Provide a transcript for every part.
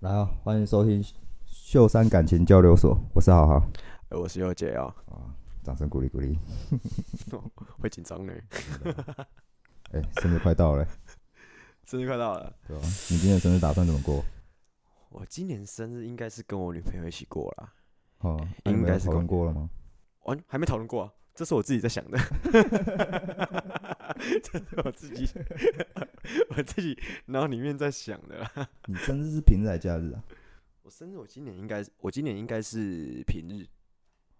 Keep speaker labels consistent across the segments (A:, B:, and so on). A: 来哦，欢迎收听秀山感情交流所，我是好好，
B: 哎，我是佑姐啊，
A: 掌声鼓励鼓励。
B: 会紧张呢。
A: 哎、生日快到了、
B: 生日快到了，
A: 对吧、你今天的生日打算怎么过？
B: 我今年生日应该是跟我女朋友一起过啦。
A: 哦，那你
B: 应
A: 们
B: 该
A: 有
B: 是
A: 讨论
B: 跟
A: 过了 吗？
B: 哦，还没讨论过啊，这是我自己在想的， 这是我自己 我自己脑里面在想的啦。
A: 你生日是平日还是假日啊？
B: 我生日，我今年应该，我今年应该是平日，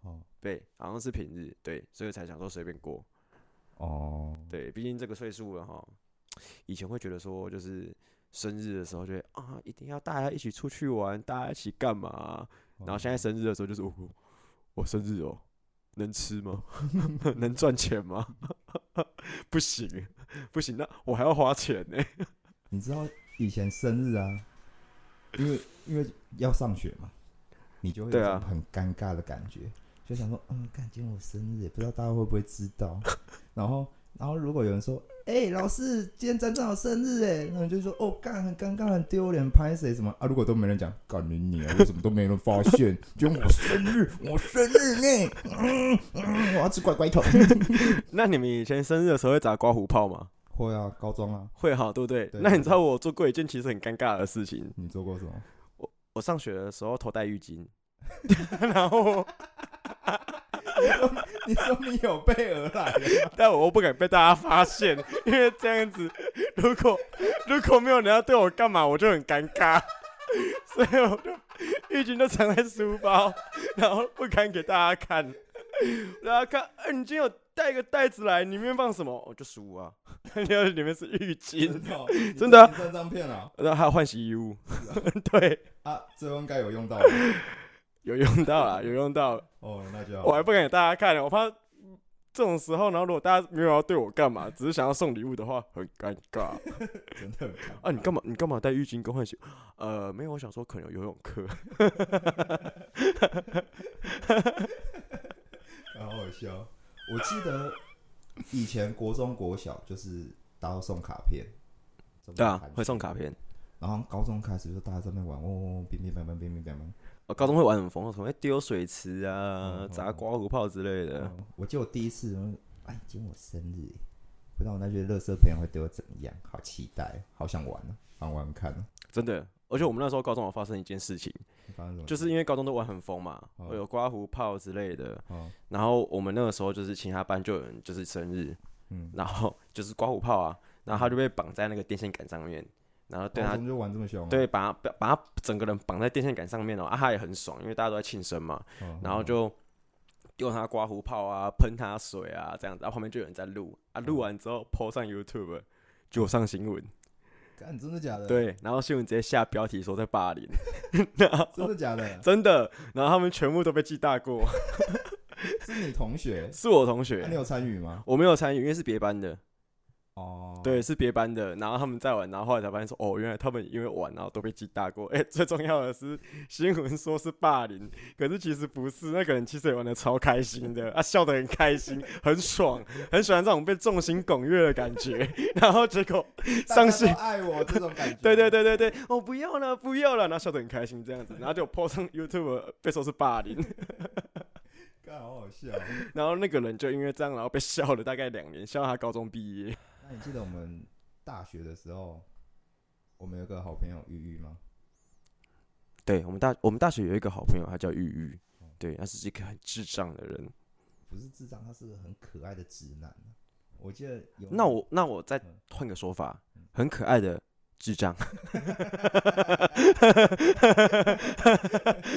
A: 哦
B: 对，好像是平日，对，所以才想说随便过。
A: 哦，
B: 对，毕竟这个岁数了哈，以前会觉得说，就是生日的时候就会啊，一定要大家一起出去玩，大家一起干嘛、然后现在生日的时候就是，哦、我生日哦，能吃吗？能赚钱吗？ 不行，不行，那我还要花钱呢、
A: 你知道以前生日啊，因为因为要上学嘛，你就会有
B: 对
A: 一
B: 啊
A: 种很尴尬的感觉，就想说，嗯，感觉我生日耶，不知道大家会不会知 道。然后，然后如果有人说，哎、老师，今天展展我生日哎，那你就说，哦，干，很尴尬，很丢脸，拍谁什么啊？如果都没人讲，干你你啊，为什么都没人发现？今天我生日，我生日呢，嗯嗯，我要吃乖乖 头。
B: 那你们以前生日的时候会砸刮胡泡吗？
A: 会啊，高中啊，
B: 会哈，对不对？
A: 对
B: 那
A: 对
B: 你知道我做过一件其实很尴尬的事情，
A: 你做过什么？
B: 我上学的时候头戴浴巾，然后。
A: 你说你有备而来啊。
B: 但我又不敢被大家发现，因为这样子，如果如果没有人要对我干嘛，我就很尴尬，所以我就浴巾就藏在书包，然后不敢给大家看。大家看，哎、你今天有带一个袋子来，里面放什么？我就书啊， 然后里面是浴巾，
A: 的哦、
B: 真的啊
A: 三张片啊
B: 然后还有换洗衣物， 对，
A: 啊，最后应该有用到吧
B: 有用到啦，有用到，
A: 哦，那就
B: 我
A: 好。
B: 还不敢给大家看，我怕。这种时候，然后如果大家没有要对我干嘛，只是想要送礼物的话，很尴尬。
A: 真的很强
B: 啊，你干嘛？你干嘛带浴巾跟换洗？呃，没有，我想说可能有游泳课。
A: 好好笑。我记得以前国中、国小就是大家都送卡片，
B: 对啊，会送卡片。
A: 然后高中开始就大家在那边玩，哦，乒乒乓乓，乒乒乓乓。
B: 我哦高中会玩很疯，什么会丢水池啊
A: 嗯、
B: 砸
A: 嗯
B: 刮胡泡之类的。
A: 哦我记得我第一次，嗯哎，今天我生日耶，不知道我那些乐色朋友会对我怎么样，好期待，好想玩啊，好想玩看啊。
B: 真的。而且我们那时候高中有发生一件事情，
A: 发生什么事？
B: 就是因为高中都玩很疯嘛，
A: 嗯
B: 有刮胡泡之类的。
A: 哦，
B: 然后我们那个时候就是其他班就有人就是生日，
A: 嗯，
B: 然后 就是刮胡泡啊，然后他就被绑在那个电线杆上面，然后对
A: 高
B: 他
A: 中就玩这么凶啊，
B: 对把他把他整个人绑在电线杆上面哦，啊他也很爽，因为大家都在庆生嘛。
A: 哦，
B: 然后啊就丢他刮胡泡啊，喷他水啊，这样子，然后旁边就有人在录啊，录完之后 po 上 YouTube，就上新闻，
A: 干，真的假的？，
B: 对，然后新闻直接下标题说在霸凌， 然后
A: 真的假的？
B: 真的，然后他们全部都被记大过，
A: 是你同学？啊
B: 是我同
A: 那你
B: 学，
A: 有参与吗？
B: 我没有参与，因为是别班的，
A: 哦，
B: 对，是别班的，然后他们在玩，然后后来才发现说，哦，原来他们因为玩，然后都被记大过， 哎，最重要的是新闻说是霸凌，可是其实不是，那个人其实也玩的超开心的，啊，笑得很开心，很爽，很喜欢这种被众星拱月的感觉， 然后结果
A: 大家
B: 上
A: 都
B: 新。
A: 爱我这种感觉。
B: 对对对对对，哦不要了不要了，然后笑得很开心这样子，然后就 po 上 YouTube 呃被说是霸凌，
A: 干，好好笑。
B: 然后那个人就因为这样，然后被笑了大概两年，笑到他高中毕业。
A: 那你记得我们大学的时候，我们有个好朋友玉玉吗？
B: 对我们大我们大学有一个好朋友，他叫玉玉，
A: 嗯
B: 对，他是一个很智障的人。
A: 不是智障，他是个很可爱的直男。啊我记得有
B: 那我那我再
A: 嗯
B: 换个说法，很可爱的智障。
A: 嗯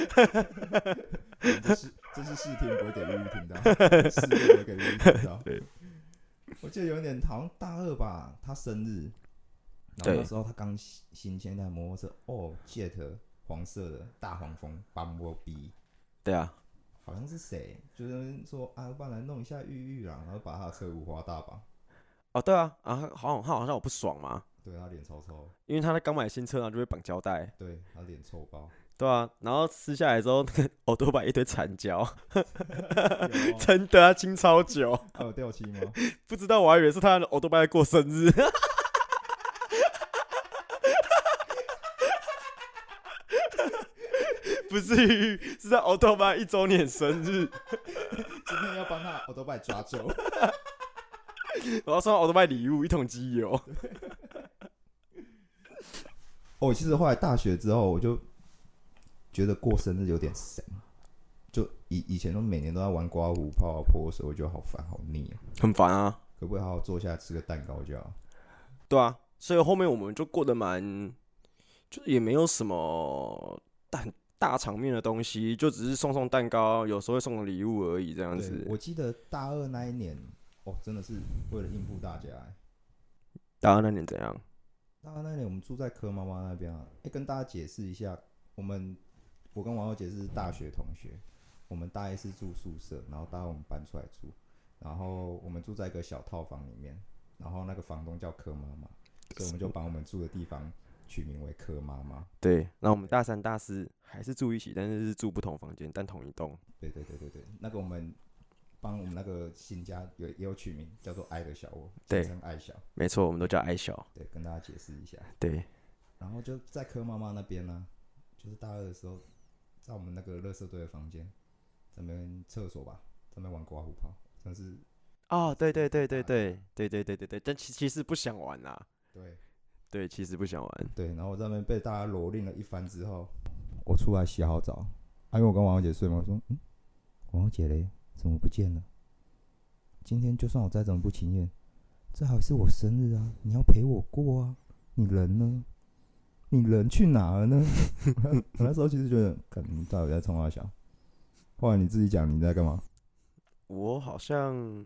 A: 这是这是试听，不会给玉玉听到，试听不会给玉玉听到。
B: 对，
A: 我记得有一点好像大二吧，他生日，然后
B: 对
A: 那时候他刚新新签一台摩托车，哦，Jet 黄色的大黄蜂 Bumblebee，
B: 对啊，
A: 好像是谁，就是说啊，不然来弄一下玉玉啦，然后把他的车五花大绑，
B: 哦对啊，啊好像他好像我不爽嘛，
A: 对他脸超臭，
B: 因为他刚买新车，然后就被绑胶带，
A: 对他脸臭包，
B: 对啊，然后撕下来之后，那个 欧多巴一堆残胶，
A: 哦有哦
B: 真的啊，清超久，
A: 还有掉漆 吗？
B: 不知道我还以为是他的欧多巴在过生日。 不是鱼，是在奥特曼一周年生日，
A: 今天要帮他我都把你抓走。
B: 我要送奥特曼礼物一桶机油。
A: 哦，其实后来大学之后，我就觉得过生日有点神，就以以前都每年都在玩刮胡泡啊、泼水，我觉得好烦好腻、啊，
B: 很烦啊。
A: 可不可以好好坐下来吃个蛋糕就好？
B: 对啊，所以后面我们就过得蛮，就也没有什么大大场面的东西，就只是送送蛋糕，有时候会送个礼物而已，这样
A: 对，
B: 子。
A: 我记得大二那一年，哦，真的是为了应付大家、欸。
B: 大家那年怎样？
A: 大二那年我们住在柯妈妈那边啊，哎、跟大家解释一下，我们我跟王小姐是大学同学，我们大一是住宿舍，然后大二我们搬出来住，然后我们住在一个小套房里面，然后那个房东叫柯妈妈，所以我们就把我们住的地方取名为柯妈妈。
B: 对，那我们大三、大四还是住一起，但是是住不同房间，但同一栋。
A: 对对对对对，那个我们帮我们那个新家有也有取名叫做爱的小窝，
B: 对
A: 简称爱小，
B: 没错，我们都叫矮小。
A: 对，跟大家解释一下。
B: 对，
A: 然后就在柯妈妈那边呢、就是大二的时候，在我们那个垃圾堆的房间，在那边厕所吧，在那边玩刮胡泡，真是
B: 哦，对对对对
A: 对对
B: 对对对对对对，但其其实不想玩啦、
A: 对
B: 对，其实不想玩。
A: 对。然后我在那边被大家蹂躏了一番之后，我出来洗好澡，啊，因为我跟王小姐睡嘛，我说，嗯，王小姐嘞，怎么不见了？今天就算我再怎么不情愿，这还是我生日啊，你要陪我过啊，你人呢？你人去哪了呢？ 我那时候其实觉得，干你到底在冲我笑？后来你自己讲你在干嘛？
B: 我好像，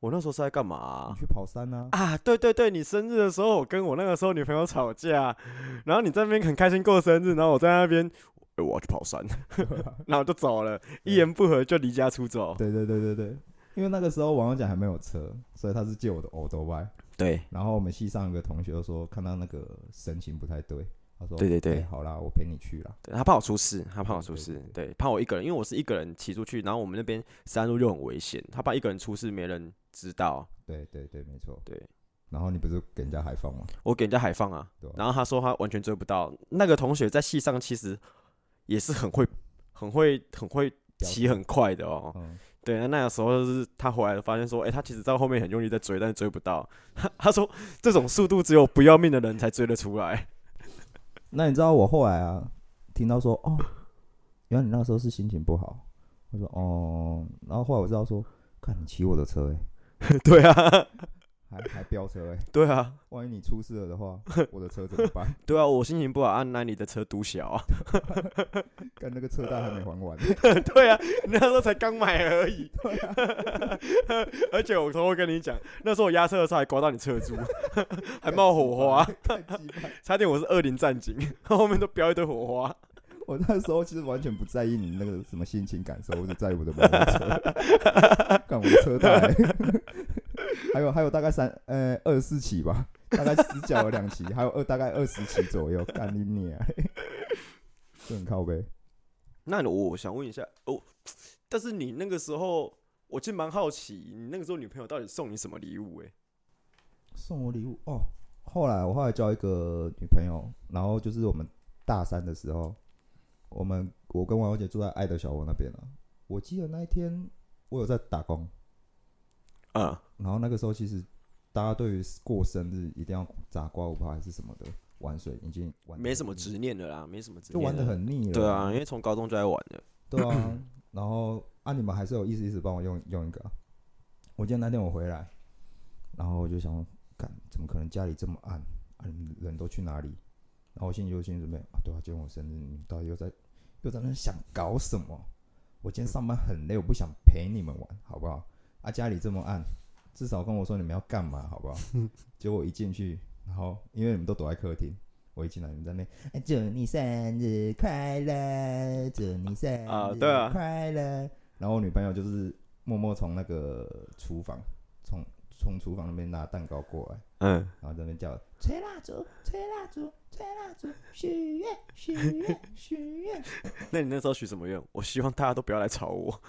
B: 我那时候是在干嘛啊、
A: 你去跑山啊？
B: 啊，对对对，你生日的时候，我跟我那个时候女朋友吵架，然后你在那边很开心过生日，然后我在那边，呃我要去跑 山，然后我就走了，一言不合就离家出走。
A: 对对对对对，因为那个时候王小姐还没有车，所以她是借我的 o l d b i
B: 对
A: 然后我们系上有个同学就说，看到那个神情不太对，他说：“
B: 对对对
A: 哎好啦，我陪你去啦。
B: 对，他怕我出事，他怕我出
A: 对
B: 事，
A: 对
B: 对，怕我一个人，因为我是一个人骑出去，然后我们那边山路又很危险，他怕一个人出事没人知道。”
A: 对对对，没错。
B: 对，
A: 然后你不是给人家海 放吗？
B: 我给人家海放啊，
A: 对吧、
B: 然后他说他完全追不到。那个同学在戏上其实也是很会、很会、很会
A: 飙
B: 骑很快的哦。
A: 嗯，
B: 对，那那个时候就是他回来发现说，哎、他其实在后面很用力在追，但是追不到。他他说这种速度只有不要命的人才追得出来。
A: 那你知道我后来啊，听到说哦，原来你那时候是心情不好。我说哦，然后后来我知道说，看你骑我的车、欸，
B: 对啊，
A: 还还飙车、欸，
B: 对啊，
A: 万一你出事了的话，我的车怎么办？
B: 对啊，我心情不好，按、啊、那你的车独小啊。
A: 干那个车贷还没还完。
B: 对啊，那时候才刚买而已。 而且我偷偷跟你讲，那时候我压车的时候还刮到你侧柱， 还冒火花，
A: 干鸡巴
B: 差点我是二零战警， 后面都飙一堆火花。
A: 我那时候其实完全不在意你那个什么心情感受，我只在意我的摩托车， 干我的车贷，还有还有大概三呃二十四起吧，大概死角有两起，还有二大概二十起左右，干你你、啊，就很靠背。
B: 那我想问一下哦，但是你那个时候，我其实蛮好奇，你那个时候女朋友到底送你什么礼物、欸？
A: 送我礼物哦。后来我后来交一个女朋友，然后就是我们大三的时候，我们我跟王小姐住在爱的小窝那边了、我记得那一天我有在打工，
B: 嗯，
A: 然后那个时候其实大家对于过生日一定要砸瓜五炮还是什么的玩水，已经玩得
B: 嗯没什
A: 很
B: 么
A: 腻
B: 执念的啦，没什么执
A: 就
B: 念，
A: 玩的。很腻了。
B: 对啊，因为从高中就在玩了。
A: 对啊，然后啊，你们还是有意思意思帮我用用一个啊、我记得那天我回来，然后我就想说，干，怎么可能家里这么暗？啊，你们人都去哪里？然后我心里就心里准备啊，对啊，今天我生日，你们到底又在又在那边想搞什么？我今天上班很累，我不想陪你们玩，好不好？啊，家里这么暗，至少跟我说你们要干嘛，好不好？结果我一进去，然后因为你们都躲在客厅，我一进来，你们在那边哎祝你生日快乐，祝你生
B: 啊
A: 日
B: 对啊
A: 快乐。然后我女朋友就是默默从那个厨房，从从厨房那边拿蛋糕过来，
B: 嗯，
A: 然后在那边叫吹蜡烛，吹蜡烛，吹蜡烛，许愿，许愿，许 愿。
B: 那你那时候许什么愿？我希望 大家都不要来吵我。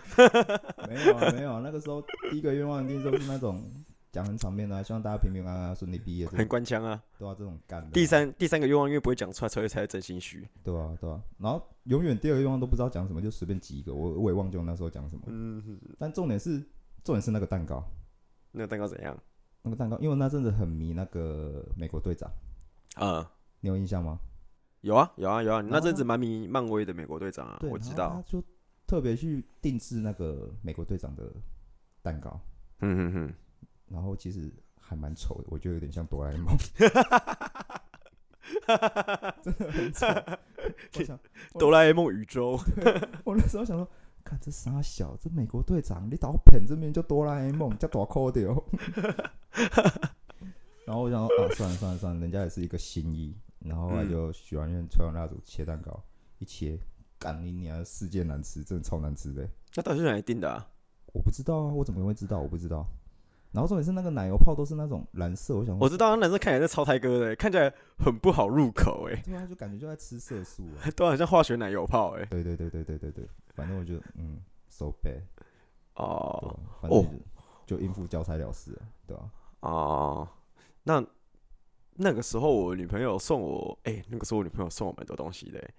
A: 没有啊，没有啊，那个时候第一个愿望一定都是那种讲很场面的、啊，希望大家平平安安、顺利毕业，这
B: 很官腔啊。
A: 对啊，这种干的啊。
B: 第三第三个愿望因为不会讲出来，所以才是真心虚。
A: 对啊，对啊，然后永远第二个愿望都不知道讲什么，就随便挤一个，我我也忘记我那时候讲什么。
B: 嗯，
A: 但重点是，重点是那个蛋糕，
B: 那个蛋糕怎样？
A: 那个蛋糕，因为那阵子很迷那个美国队长，
B: 嗯，
A: 你有印象吗？
B: 有啊有啊有啊，你
A: 然
B: 那
A: 后
B: 阵
A: 呢
B: 子蛮迷漫威的美国队长啊，
A: 对，
B: 我知
A: 然后他
B: 道。
A: 就特别去定制那个美国队长的蛋糕，
B: 嗯哼哼。
A: 然后其实还蛮丑的，我觉得有点像哆啦 A 梦，真的很丑。 我想，
B: 哆啦 A 梦宇宙，
A: 我那时候想说。看这傻小，这美国队长，你倒喷这边叫哆啦 A 梦，叫大抠的哦。 然后我想说啊，算了算了算了，人家也是一个心意。然后后来就许完愿，吹完蜡烛，切蛋糕，一切，干你娘，世界难吃，真的超难吃的。
B: 那到底是哪里定的啊？
A: 我不知道啊，我怎么会知道？我不知道。然后重点是那个奶油泡都是那种蓝色，我想
B: 我
A: 说，
B: 知道，那男生看起来是超胎哥的，欸看起来很不好入口，哎，
A: 对啊，就感觉就在吃色素啊。
B: 都很像化学奶油泡，哎。
A: 对对对对对对对，反正我就嗯，so bad，对
B: 哦
A: 吧、反正就就应付交差了事了，对啊吧、
B: 哦，那那个时候我女朋友送我，哎，那个时候我女朋友送我蛮多东西的，哎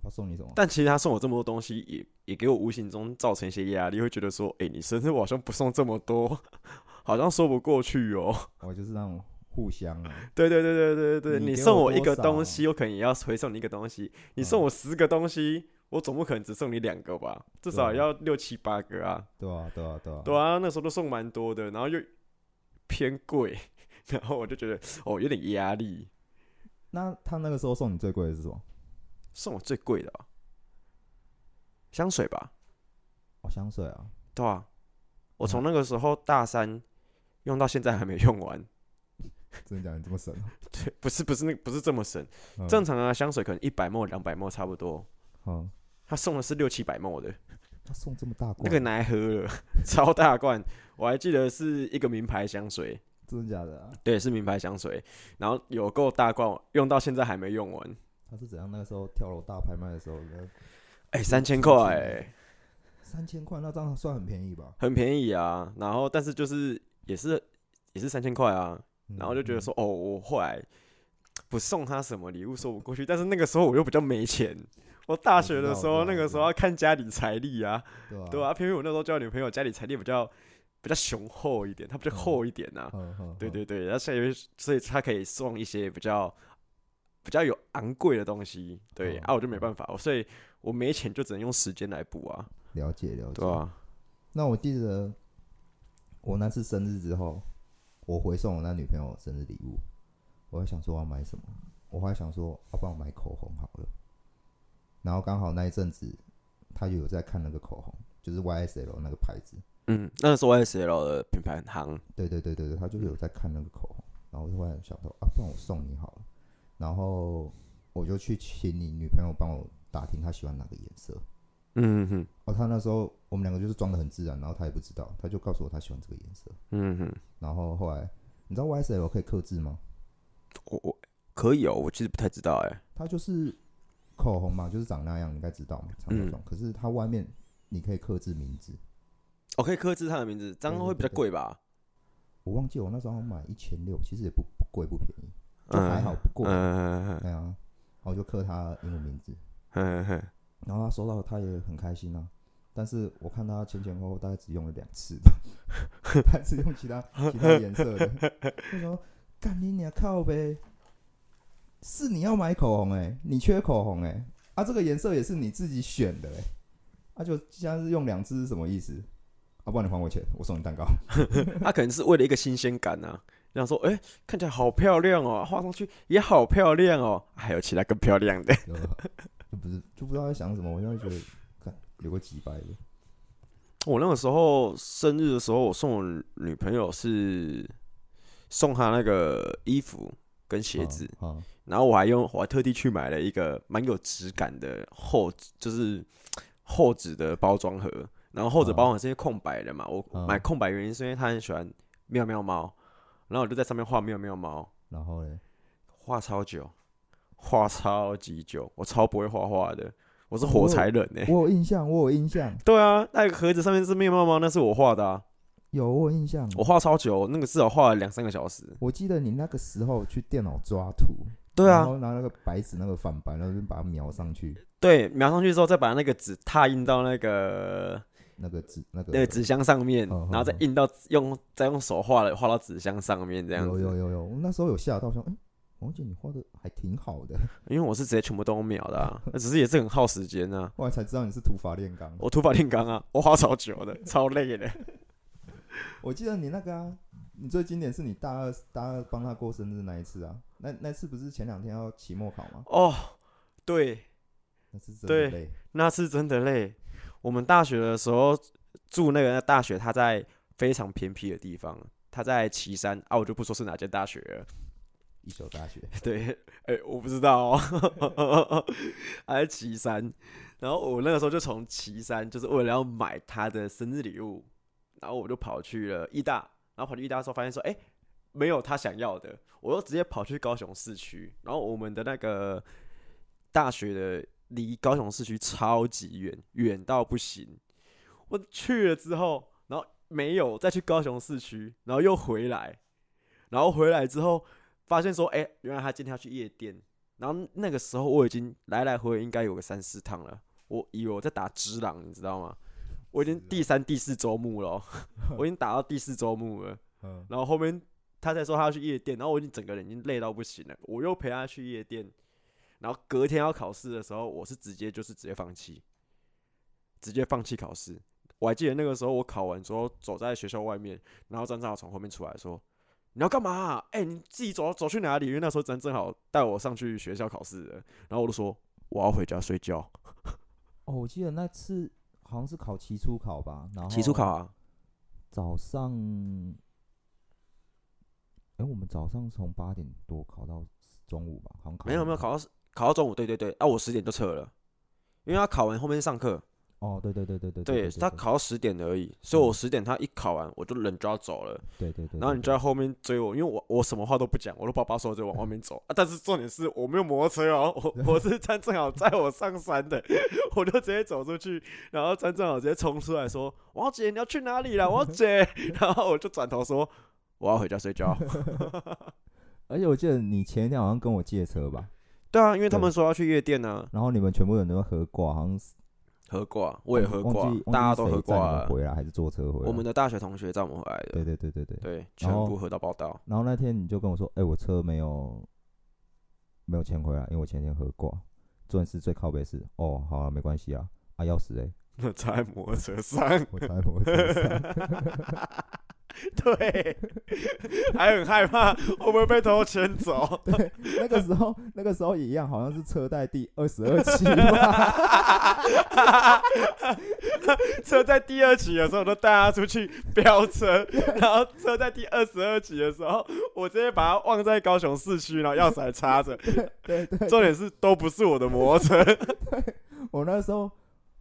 A: 他送你什么？
B: 但其实她送我这么多东西，也也给我无形中造成一些压力，会觉得说，哎，你生日我好像不送这么多， 好像说不过去哦。
A: 我就是那种互相啊，
B: 对对对对对对，
A: 你
B: 你
A: 给
B: 送
A: 我
B: 我一
A: 多
B: 个
A: 少
B: 东西，我可能也要回送你一个东西。你
A: 嗯
B: 送我十个东西，我总不可能只送你两个吧？至
A: 对
B: 少
A: 啊
B: 也要六七八个啊。
A: 对啊对啊对啊，
B: 对啊，那时候都送蛮多的，然后又偏贵， 然后我就觉得哦有点压力。
A: 那他那个时候送你最贵的是什么？
B: 送我最贵的、啊、香水吧，
A: 哦，香水啊，
B: 对啊，我从
A: 嗯
B: 那个时候大三用到现在还没用完。
A: 真的假的？你这么神、啊？
B: 对，不是不是那不是这么省，
A: 嗯
B: 正常啊，香水可能一百沫两百沫差不多，
A: 嗯，
B: 他送的是六七百沫的。
A: 他送这么大罐，
B: 那个拿来喝了， 超大罐，我还记得是一个名牌香水，
A: 真的假的、啊？
B: 对，是名牌香水，然后有够大罐，用到现在还没用完，
A: 他是怎样？那个时候跳楼大拍卖的时候，那
B: 哎、三千块、哎
A: 三千块，那这样算很便宜吧？
B: 很便宜啊，然后但是就是也是也是三千块啊，
A: 嗯
B: 然后就觉得
A: 嗯
B: 说，哦，我后来不送他什么礼物说不过去，但是那个时候我又比较没钱。我大学的时候，
A: 我知道我知道
B: 那个时候要看家里财力啊，
A: 对啊
B: 对啊，偏偏我那时候交女朋友，家里财力比较比较雄厚一点，她比较
A: 嗯
B: 厚一点啊，
A: 嗯嗯，
B: 对
A: 嗯
B: 对对，然后所以所以他可以送一些比较比较有昂贵的东西，对、
A: 哦
B: 啊，我就没办法，所以我没钱就只能用时间来补啊，
A: 了解了解。
B: 对啊，
A: 那我记得我那次生日之后，我回送我那女朋友生日礼物，我还想说我要买什么，我还想说要帮我买口红好了。然后刚好那一阵子，她就有在看那个口红，就是 YSL 那个牌子。
B: 嗯，那时候 YSL 的品牌很夯，
A: 对对对对对，她就是有在看那个口红。然后我就忽然想说啊，不然我送你好了。然后我就去请你女朋友帮我打听她喜欢哪个颜色。
B: 嗯哼
A: 哦，她那时候我们两个就是装的很自然，然后她也不知道，她就告诉我她喜欢这个颜色。
B: 嗯哼，
A: 然后后来，你知道 YSL 可以克制吗？
B: 我我可以哦，我其实不太知道哎、
A: 它就是口红嘛，就是长那样，你应该知道嘛，长
B: 嗯
A: 条状。可是它外面你可以克制名字，
B: 我哦可以克制他的名字，这样
A: 对
B: 会
A: 对
B: 比较
A: 对
B: 贵吧？
A: 我忘记我那时候好像买一千六，其实也不不贵不便宜，就
B: 嗯
A: 还好不贵。
B: 嗯
A: 对啊，然后我就刻它英文名字，
B: 嗯嗯，
A: 然后他收到他也很开心啊。但是我看他前前后后大概只用了两次， 他只用其 他其他颜色的。为什么？干你娘靠呗！是你要买口红哎、你缺口红哎、啊这个颜色也是你自己选的哎、啊就现在是用两支是什么意思？啊不然你还我钱，我送你蛋糕。
B: 他可能是为了一个新鲜感啊，然后说，哎、看起来好漂亮哦，画上去也好漂亮哦，还有其他更漂亮的，
A: 就就不是就不知道在想什么，我现在觉得看有个几百的，
B: 我那个时候生日的时候，我送我女朋友是送她那个衣服跟鞋子，
A: 啊啊
B: 然后我还用我还特地去买了一个蛮有质感的厚纸，就是厚纸的包装盒。然后厚纸
A: 嗯
B: 包装盒是因为空白的嘛，我
A: 嗯
B: 买空白原因是因为她很喜欢喵喵猫，然后我就在上面画喵喵猫，
A: 然后嘞，
B: 画超久，画超级久，我超不会画画的，我是
A: 哦
B: 火
A: 我
B: 柴人呢、欸
A: 我有印象，我有印象。
B: 对啊，那个盒子上面是喵喵猫，那是我画的啊。
A: 有我有印象，
B: 我画超久，那个至少画了两三个小时。
A: 我记得你那个时候去电脑抓图，
B: 对
A: 然
B: 啊，
A: 后拿那个白纸那个反白，然后就把它描上去，
B: 对，描上去之后再把那个纸拓印到那个
A: 那个纸那个
B: 那个纸箱上面，
A: 哦
B: 然后再印到用再用手画了画到纸箱上面这样
A: 有有
B: 子。
A: 有有，我那时候有吓到，想，哎、王姐你画的还挺好的，
B: 因为我是直接全部都用秒的、啊，那只是也是很耗时间啊。
A: 后来才知道你是土法炼钢。
B: 我土法炼钢啊，我画超久的，超累的。
A: 我记得你那个啊，你最经典是你大二大二帮他过生日那一次啊，那那次不是前两天要期末考吗？
B: 哦，对，
A: 那是真
B: 对
A: 的累，
B: 那次真的累。我们大学的时候住那个大学，它在非常偏僻的地方，它在岐山啊，我就不说是哪间大学了。
A: 一宿大学，
B: 对，哎、我不知道、哦，还在岐山。然后我那个时候就从岐山，就是为了要买他的生日礼物，然后我就跑去了义大，然后跑去义大的时候发现说，哎、没有他想要的，我又直接跑去高雄市区。然后我们的那个大学的离高雄市区超级远，远到不行。我去了之后，然后没有再去高雄市区，然后又回来，然后回来之后发现说，哎、原来他今天要去夜店。然后那个时候我已经来来回回应该有个三四趟了，我以为我在打直狼，你知道吗？我已经第三、第四周目了哦， 我已经打到第四周目了。
A: 嗯，
B: 然后后面他才说他要去夜店，然后我已经整个人已经累到不行了，我又陪他去夜店，然后隔天要考试的时候，我是直接就是直接放弃，直接放弃考试。我还记得那个时候我考完之后走在学校外面，然后张正豪从后面出来说：“你要干嘛、哎、你自己走走去哪里？”因为那时候张正豪带我上去学校考试的，然后我就说我要回家睡觉。
A: 哦，我记得那次好像是考期初考吧，然后
B: 起初考啊，
A: 早上，哎、我们早上从八点多考到中午吧，好像考
B: 没有
A: 到
B: 没有考到考到中午，对对对，啊我十点就撤了，因为他考完后面上课。
A: 哦，对对对对对
B: 对他，考到十点而已，
A: 嗯
B: 所以我十点他一考完，我就人就要走了，
A: 对对对，
B: 然后你就在后面追我，因为我我什么话都不讲，我都把把手就往外面走、啊。但是重点是我没有摩托车哦，我我是站正好载我上山的， 我就直接走出去，然后站正好直接冲出来说：“王姐，你要去哪里啦？王姐。” 然后我就转头说：“我要回家 睡觉。
A: 而且我记得你前一天好像跟我借车吧，”
B: 对啊，因为他
A: 对
B: 们说要去夜店呢、
A: 然后你们全部人都合挂，好像是
B: 合挂，我也合
A: 忘
B: 挂
A: 记忘，记
B: 大家都
A: 谁
B: 合
A: 载你
B: 挂
A: 们
B: 了。
A: 回来还是坐车回来？
B: 我们的大学同学载我们回来的，
A: 对对对对对。
B: 对，全
A: 后
B: 部合到报道。
A: 然后那天你就跟我说，哎、我车没有没有钱回来，因为我前天合挂。重点是最靠背是，哦，好了，没关系啊，啊，钥匙哎，
B: 那 在摩托车上，
A: 我在我车上。
B: 对，还很害怕会不会被偷牵走。
A: 对，那个时候那个时候也一样，好像是车贷第二十二期吧。
B: 车在第二期的时候，我都带他出去飙车，然后车在第二十二期的时候，我直接把它忘在高雄市区，然后钥匙还插着。
A: 对对，
B: 重点是都不是我的摩托车，
A: 我那时候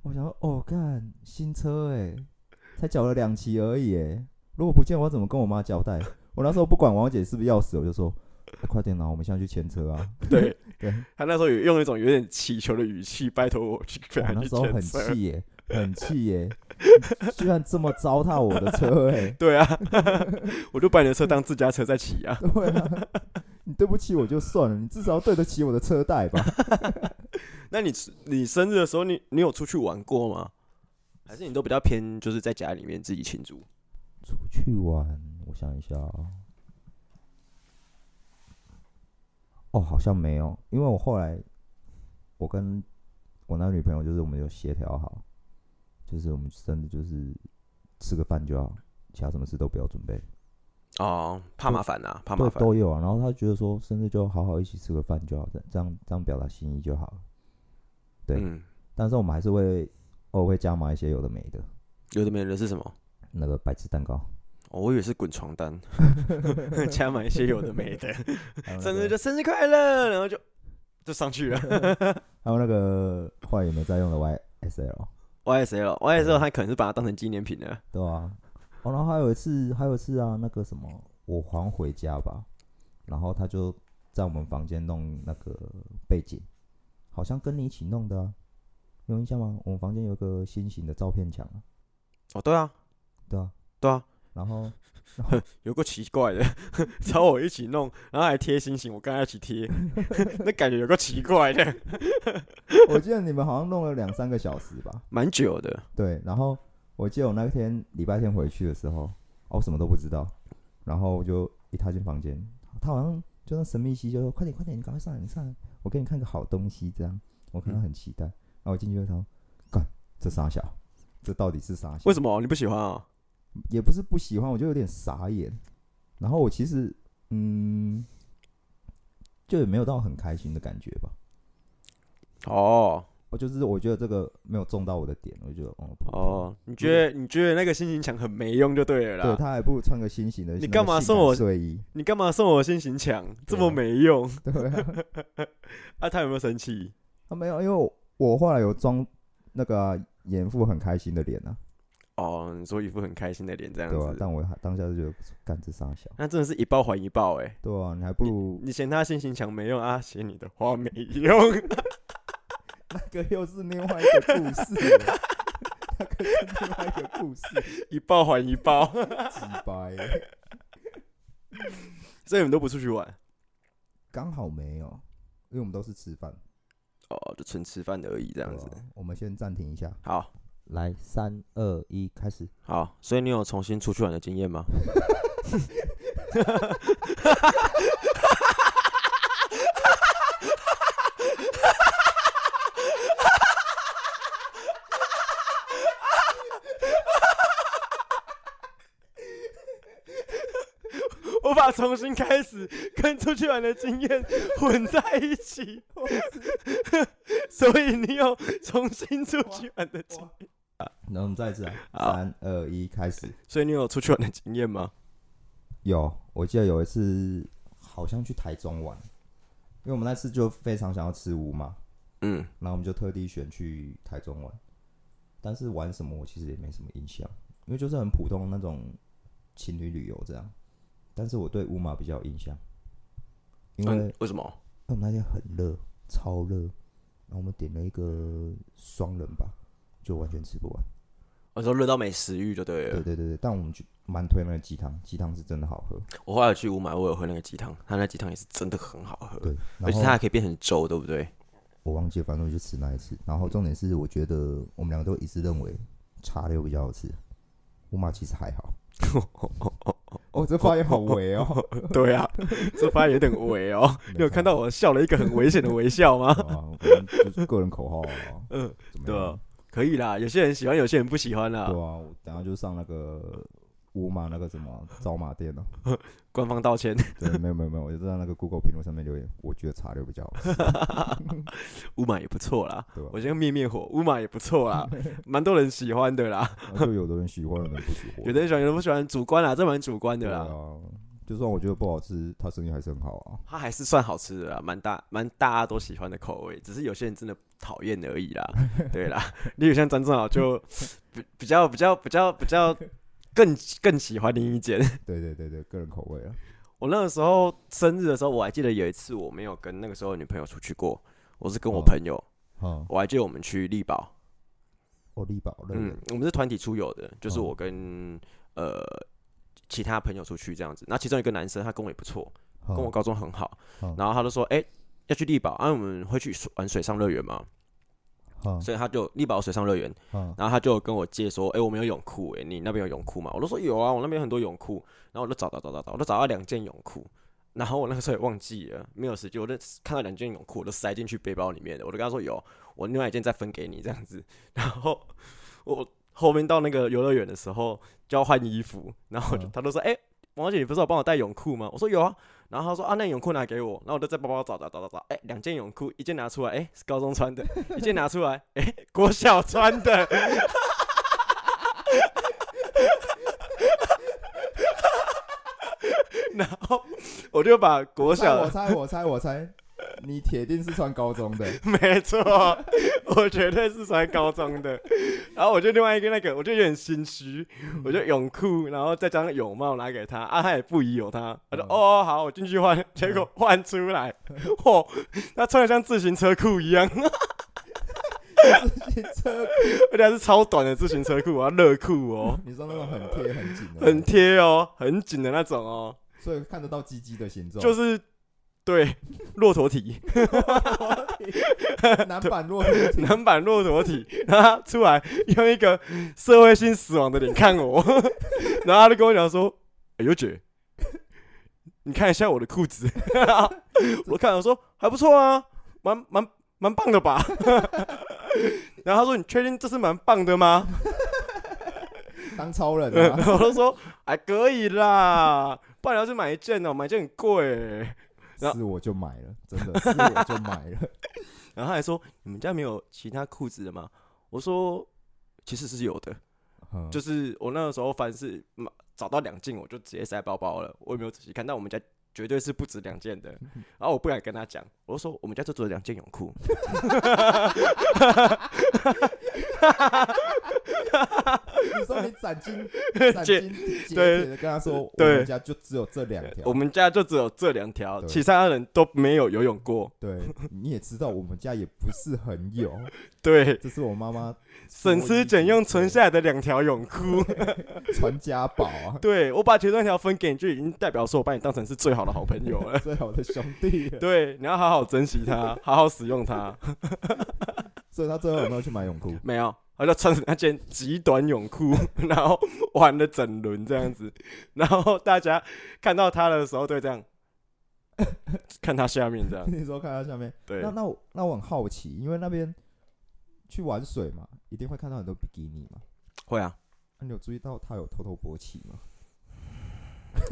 A: 我想说，哦，干新车哎，才缴了两期而已哎，如果不见我要怎么跟我妈交代？我那时候不管王姐是不是钥匙，我就说、哎快点拿，我们现在去牵车啊。
B: 对。
A: 对，
B: 他那时候有用一种有点祈求的语气，拜托我去陪
A: 我
B: 他
A: 哦那
B: 去
A: 时候很
B: 牵车。
A: 气
B: ，
A: 耶，很气耶，你居然这么糟蹋我的车哎
B: 对啊， 我就把你的车当自家车在骑啊。
A: 对啊。 你对不起我就算了，你至少要对得起我的车贷吧。
B: 那你你生日的时候你，你有出去玩过吗？还是你都比较偏就是在家里面自己庆祝？
A: 出去玩，我想一下哦。哦，好像没有，因为我后来我跟我那女朋友就是我们有协调好，就是我们生日就是吃个饭就好，其他什么事都不要准备，
B: 哦，怕麻烦啊，怕麻
A: 对，
B: 烦。
A: 都有啊。然后她觉得说生日就好好一起吃个饭就好，这这样这样表达心意就好了。对
B: 嗯，
A: 但是我们还是会偶尔会加码一些有的没的，
B: 有的没的是什么？
A: 那个白吃蛋糕，
B: 哦，我以为是滚床单， 加买一些有的没 的，
A: 还有那
B: 生
A: 个
B: 日就生日快乐，然后就就上去 了。
A: 还有那个后来也没再用的 YSL。
B: YSL，YSL 他可能是把它当成纪念品了。
A: 对啊，哦，然后还有一次，还有一次啊，那个什么，我好像回家吧，然后他就在我们房间弄那个背景，好像跟你一起弄的、啊，你有印象吗？我们房间有一个心形的照片墙啊，
B: 哦，对啊，
A: 对啊，
B: 对啊，
A: 然后 然后
B: 有个奇怪的，找我一起弄，然后还贴星星，我跟他一起 贴，那感觉有个奇怪的，
A: 我记得你们好像弄了两三个小时吧？
B: 蛮久的。
A: 对，然后我记得我那天礼拜天回去的时候，哦，我什么都不知道，然后我就一踏进房间，他好像就那神秘兮兮就说：“快点，快点，你赶快上来，你上来，我给你看个好东西。”这样，我
B: 嗯
A: 看到很期待，然后我进去就想说：“干，这傻小，这到底是傻小
B: 为？什么你不喜欢啊？
A: 也不是不喜欢，我就有点傻眼。然后我其实，嗯，就也没有到很开心的感觉吧。
B: 哦
A: 我就是我觉得这个没有中到我的点，我就觉得哦，普通
B: 哦，你觉得你觉得那个心形墙很没用就对了
A: 对
B: 啦。
A: 他还不如穿个新型的那个
B: 你
A: 性
B: 干
A: 感
B: 嘛送我
A: 睡衣？
B: 你干嘛送我心形墙这么
A: 对啊
B: 没用？
A: 对啊，
B: 啊，他有没有生气？
A: 他没有，因为我我后来有装那个啊严父很开心的脸啊，
B: 哦，你说一副很开心的脸啊这样
A: 对吧、啊
B: 子，
A: 但我还当下就觉得干这傻小，
B: 那真的是一报还一报哎、
A: 对啊，你还不如
B: 你嫌他心情强没用啊，嫌你的话没用，
A: 那个又是另外一个故事了，那个是另外一个故事，
B: 一报还一报，
A: 几百
B: 所以你们都不出去玩
A: 刚好没有，因为我们都是吃饭，
B: 哦，就纯吃饭的而已这
A: 这
B: 样子。
A: 我们先暂停一下，
B: 哦好
A: 来三二一，开始。
B: 好，所以你有重新出去玩的经验吗？ 我把重新开始跟出去玩的经验混在一起， 所以你有重新出去玩的经，
A: 那我们再一次啊，
B: 好
A: 三二一，开始。
B: 所以你有出去玩的经验吗？
A: 有，我记得有一次好像去台中玩，因为我们那次就非常想要吃乌嘛，
B: 嗯，
A: 然后我们就特地选去台中玩，但是玩什么我其实也没什么印象，因为就是很普通那种情侣旅游这样。但是我对乌马比较有印象，因为、
B: 嗯为什么？
A: 因为我们那天很热，超热，然后我们点了一个双人吧，就完全吃不完。
B: 我说热到没食欲就对了。
A: 对对对对，但我们就蛮推那个鸡汤，鸡汤是真的好喝。
B: 我后来去五买，我有喝那个鸡汤，他那鸡汤也是真的很好喝，
A: 对，然
B: 而且
A: 后
B: 它还可以变成粥，对不对？
A: 我忘记了，反正我就吃那一次。然后重点是，我觉得我们两个都一致认为茶六比较好吃，乌马其实还 好。哦，这发言好违哦！
B: 对啊，这发言有点 微哦。你有看到我笑了一个很危险的微笑吗？
A: 啊？我们就是个人口号啊。
B: 嗯，
A: 怎么
B: 对
A: 样
B: 啊？，可以啦。有些人喜欢，有些人不喜欢啦
A: 对。啊，我等下就上那个乌马那个什么招马店了。
B: 官方 道歉，
A: 对，没有没有没有，我就在那个 Google 评论上面留言，我觉得茶六比较好吃，
B: 五买也不错啦。
A: 对吧啊
B: 我？先灭灭火，乌马也不 错啦，蛮多人喜欢的啦。
A: 然后就有的人喜欢，有的人不喜欢。
B: 有的人喜欢，有的人不喜欢，主观啦，这蛮主观的
A: 对
B: 啦。
A: 啊，就算我觉得不好吃，他生意还是很好啊。
B: 它还是算好吃的啦，蛮大蛮大家都喜欢的口味，只是有些人真的讨厌而已啦。对啦，例如像张正豪就比比较比较比较比较更更喜欢另一间。
A: 对对对对，个人口味啊。
B: 我那个时候生日的时候，我还记得有一次我没有跟那个时候的女朋友出去过，我是跟我
A: 哦
B: 朋友，
A: 嗯，
B: 我还记得我们去力宝，
A: 哦，力宝乐园
B: 嗯，我们是团体出游的，就是
A: 哦
B: 我跟、呃其他朋友出去这样子。那其中一个男生他跟我也不错，跟我
A: 嗯
B: 高中很好，
A: 嗯
B: 然后他就说，哎、要去力宝，啊，我们会去水玩水上乐园嘛，
A: 嗯
B: 所以他就力宝水上乐园，
A: 嗯
B: 然后他就跟我借说，哎、我们有泳裤，哎，你那边有泳裤吗？我都说有啊，我那边有很多泳裤，然后我就找找找找找，我就找到两件泳裤，然后我那个时候也忘记了，没有时间，我就看到两件泳裤，我就塞进去背包里面的，我就跟他说有，我另外一件再分给你这样子，然后我后面到那个游乐园的时候就要换衣服，然后我就、
A: 嗯
B: 他就说，哎、王小姐，你不是有帮我带泳裤吗？我说有啊，然后他说啊，那你泳裤拿给我，然后我就在包包找找找找找，哎、两件泳裤，一件拿出来，哎、是高中穿的，一件拿出来，哎、国小穿的。然后我就把国
A: 我猜
B: 小
A: 我猜，我猜，我猜，你铁定是穿高中的。
B: 没错，我绝对是穿高 中的。然后我就另外一个那个，我就有点心虚，
A: 嗯
B: 我就泳裤，然后再加上泳帽拿给他，啊，他也不疑有他，他说、
A: 嗯
B: 哦好，我进去换，结果换出来，嚯、他穿的像自行车裤一样，
A: 我自己车裤，
B: 而且还是超短的自行车裤，我要热裤哦，
A: 你知道那种很贴很紧的，
B: 很，贴哦，很紧的那种哦，
A: 所以看得到鸡鸡的形状，
B: 就是是对骆驼体，
A: 男版落地 挺
B: 男版骆驼体，然后他出来用一个社会性死亡的脸看我，然后他就跟我讲说：“哎呦姐，你看一下我的裤子。”我看我说还不错啊，蛮蛮蛮棒的吧。然后他说：“你确定这是蛮棒的吗？”
A: 当超人
B: 嗯
A: 啊，
B: 然后 我就说还可以啦，不然要去买一件哦，买一件很贵欸。然后
A: 是我就买了，真的是我就买了，
B: 然后他还说你们家没有其他裤子的吗？我说其实是有的，
A: 嗯
B: 就是我那个时候凡是买找到两件，我就直接塞包包了，我也没有仔细看，但我们家绝对是不止两件的。
A: 嗯
B: 然后我不敢跟他讲，我就说我们家就只有两件泳裤。
A: 你说你斩 钉斩
B: 姐
A: 钉截
B: 对
A: 铁的跟他说，我
B: 对
A: 们家就只有这两
B: 我
A: 条，
B: 们家就只有这两条，
A: 对
B: 其他人都没有游泳过。
A: 对，你也知道我们家也不是很有，
B: 对，
A: 这是我妈妈
B: 省吃俭用存下来的两条泳裤。，
A: 传家宝啊。
B: 对我把其中一条分给你，就已经代表说我把你当成是最好的好朋友了
A: 最好的兄弟了，
B: 对，你要好好珍惜它，好好使用它。
A: 所以他最后有没有去买泳 裤？
B: 没有，我就穿着那件极短泳裤， 然后玩了整轮这样子。然后大家看到他的时候，对这样 看他下面这样。
A: 你说看他下面，
B: 对
A: 那，那我那我很好奇，因为那边去玩水嘛，一定会看到很多比基尼嘛。
B: 会啊，
A: 那你有注意到他有偷偷勃起吗？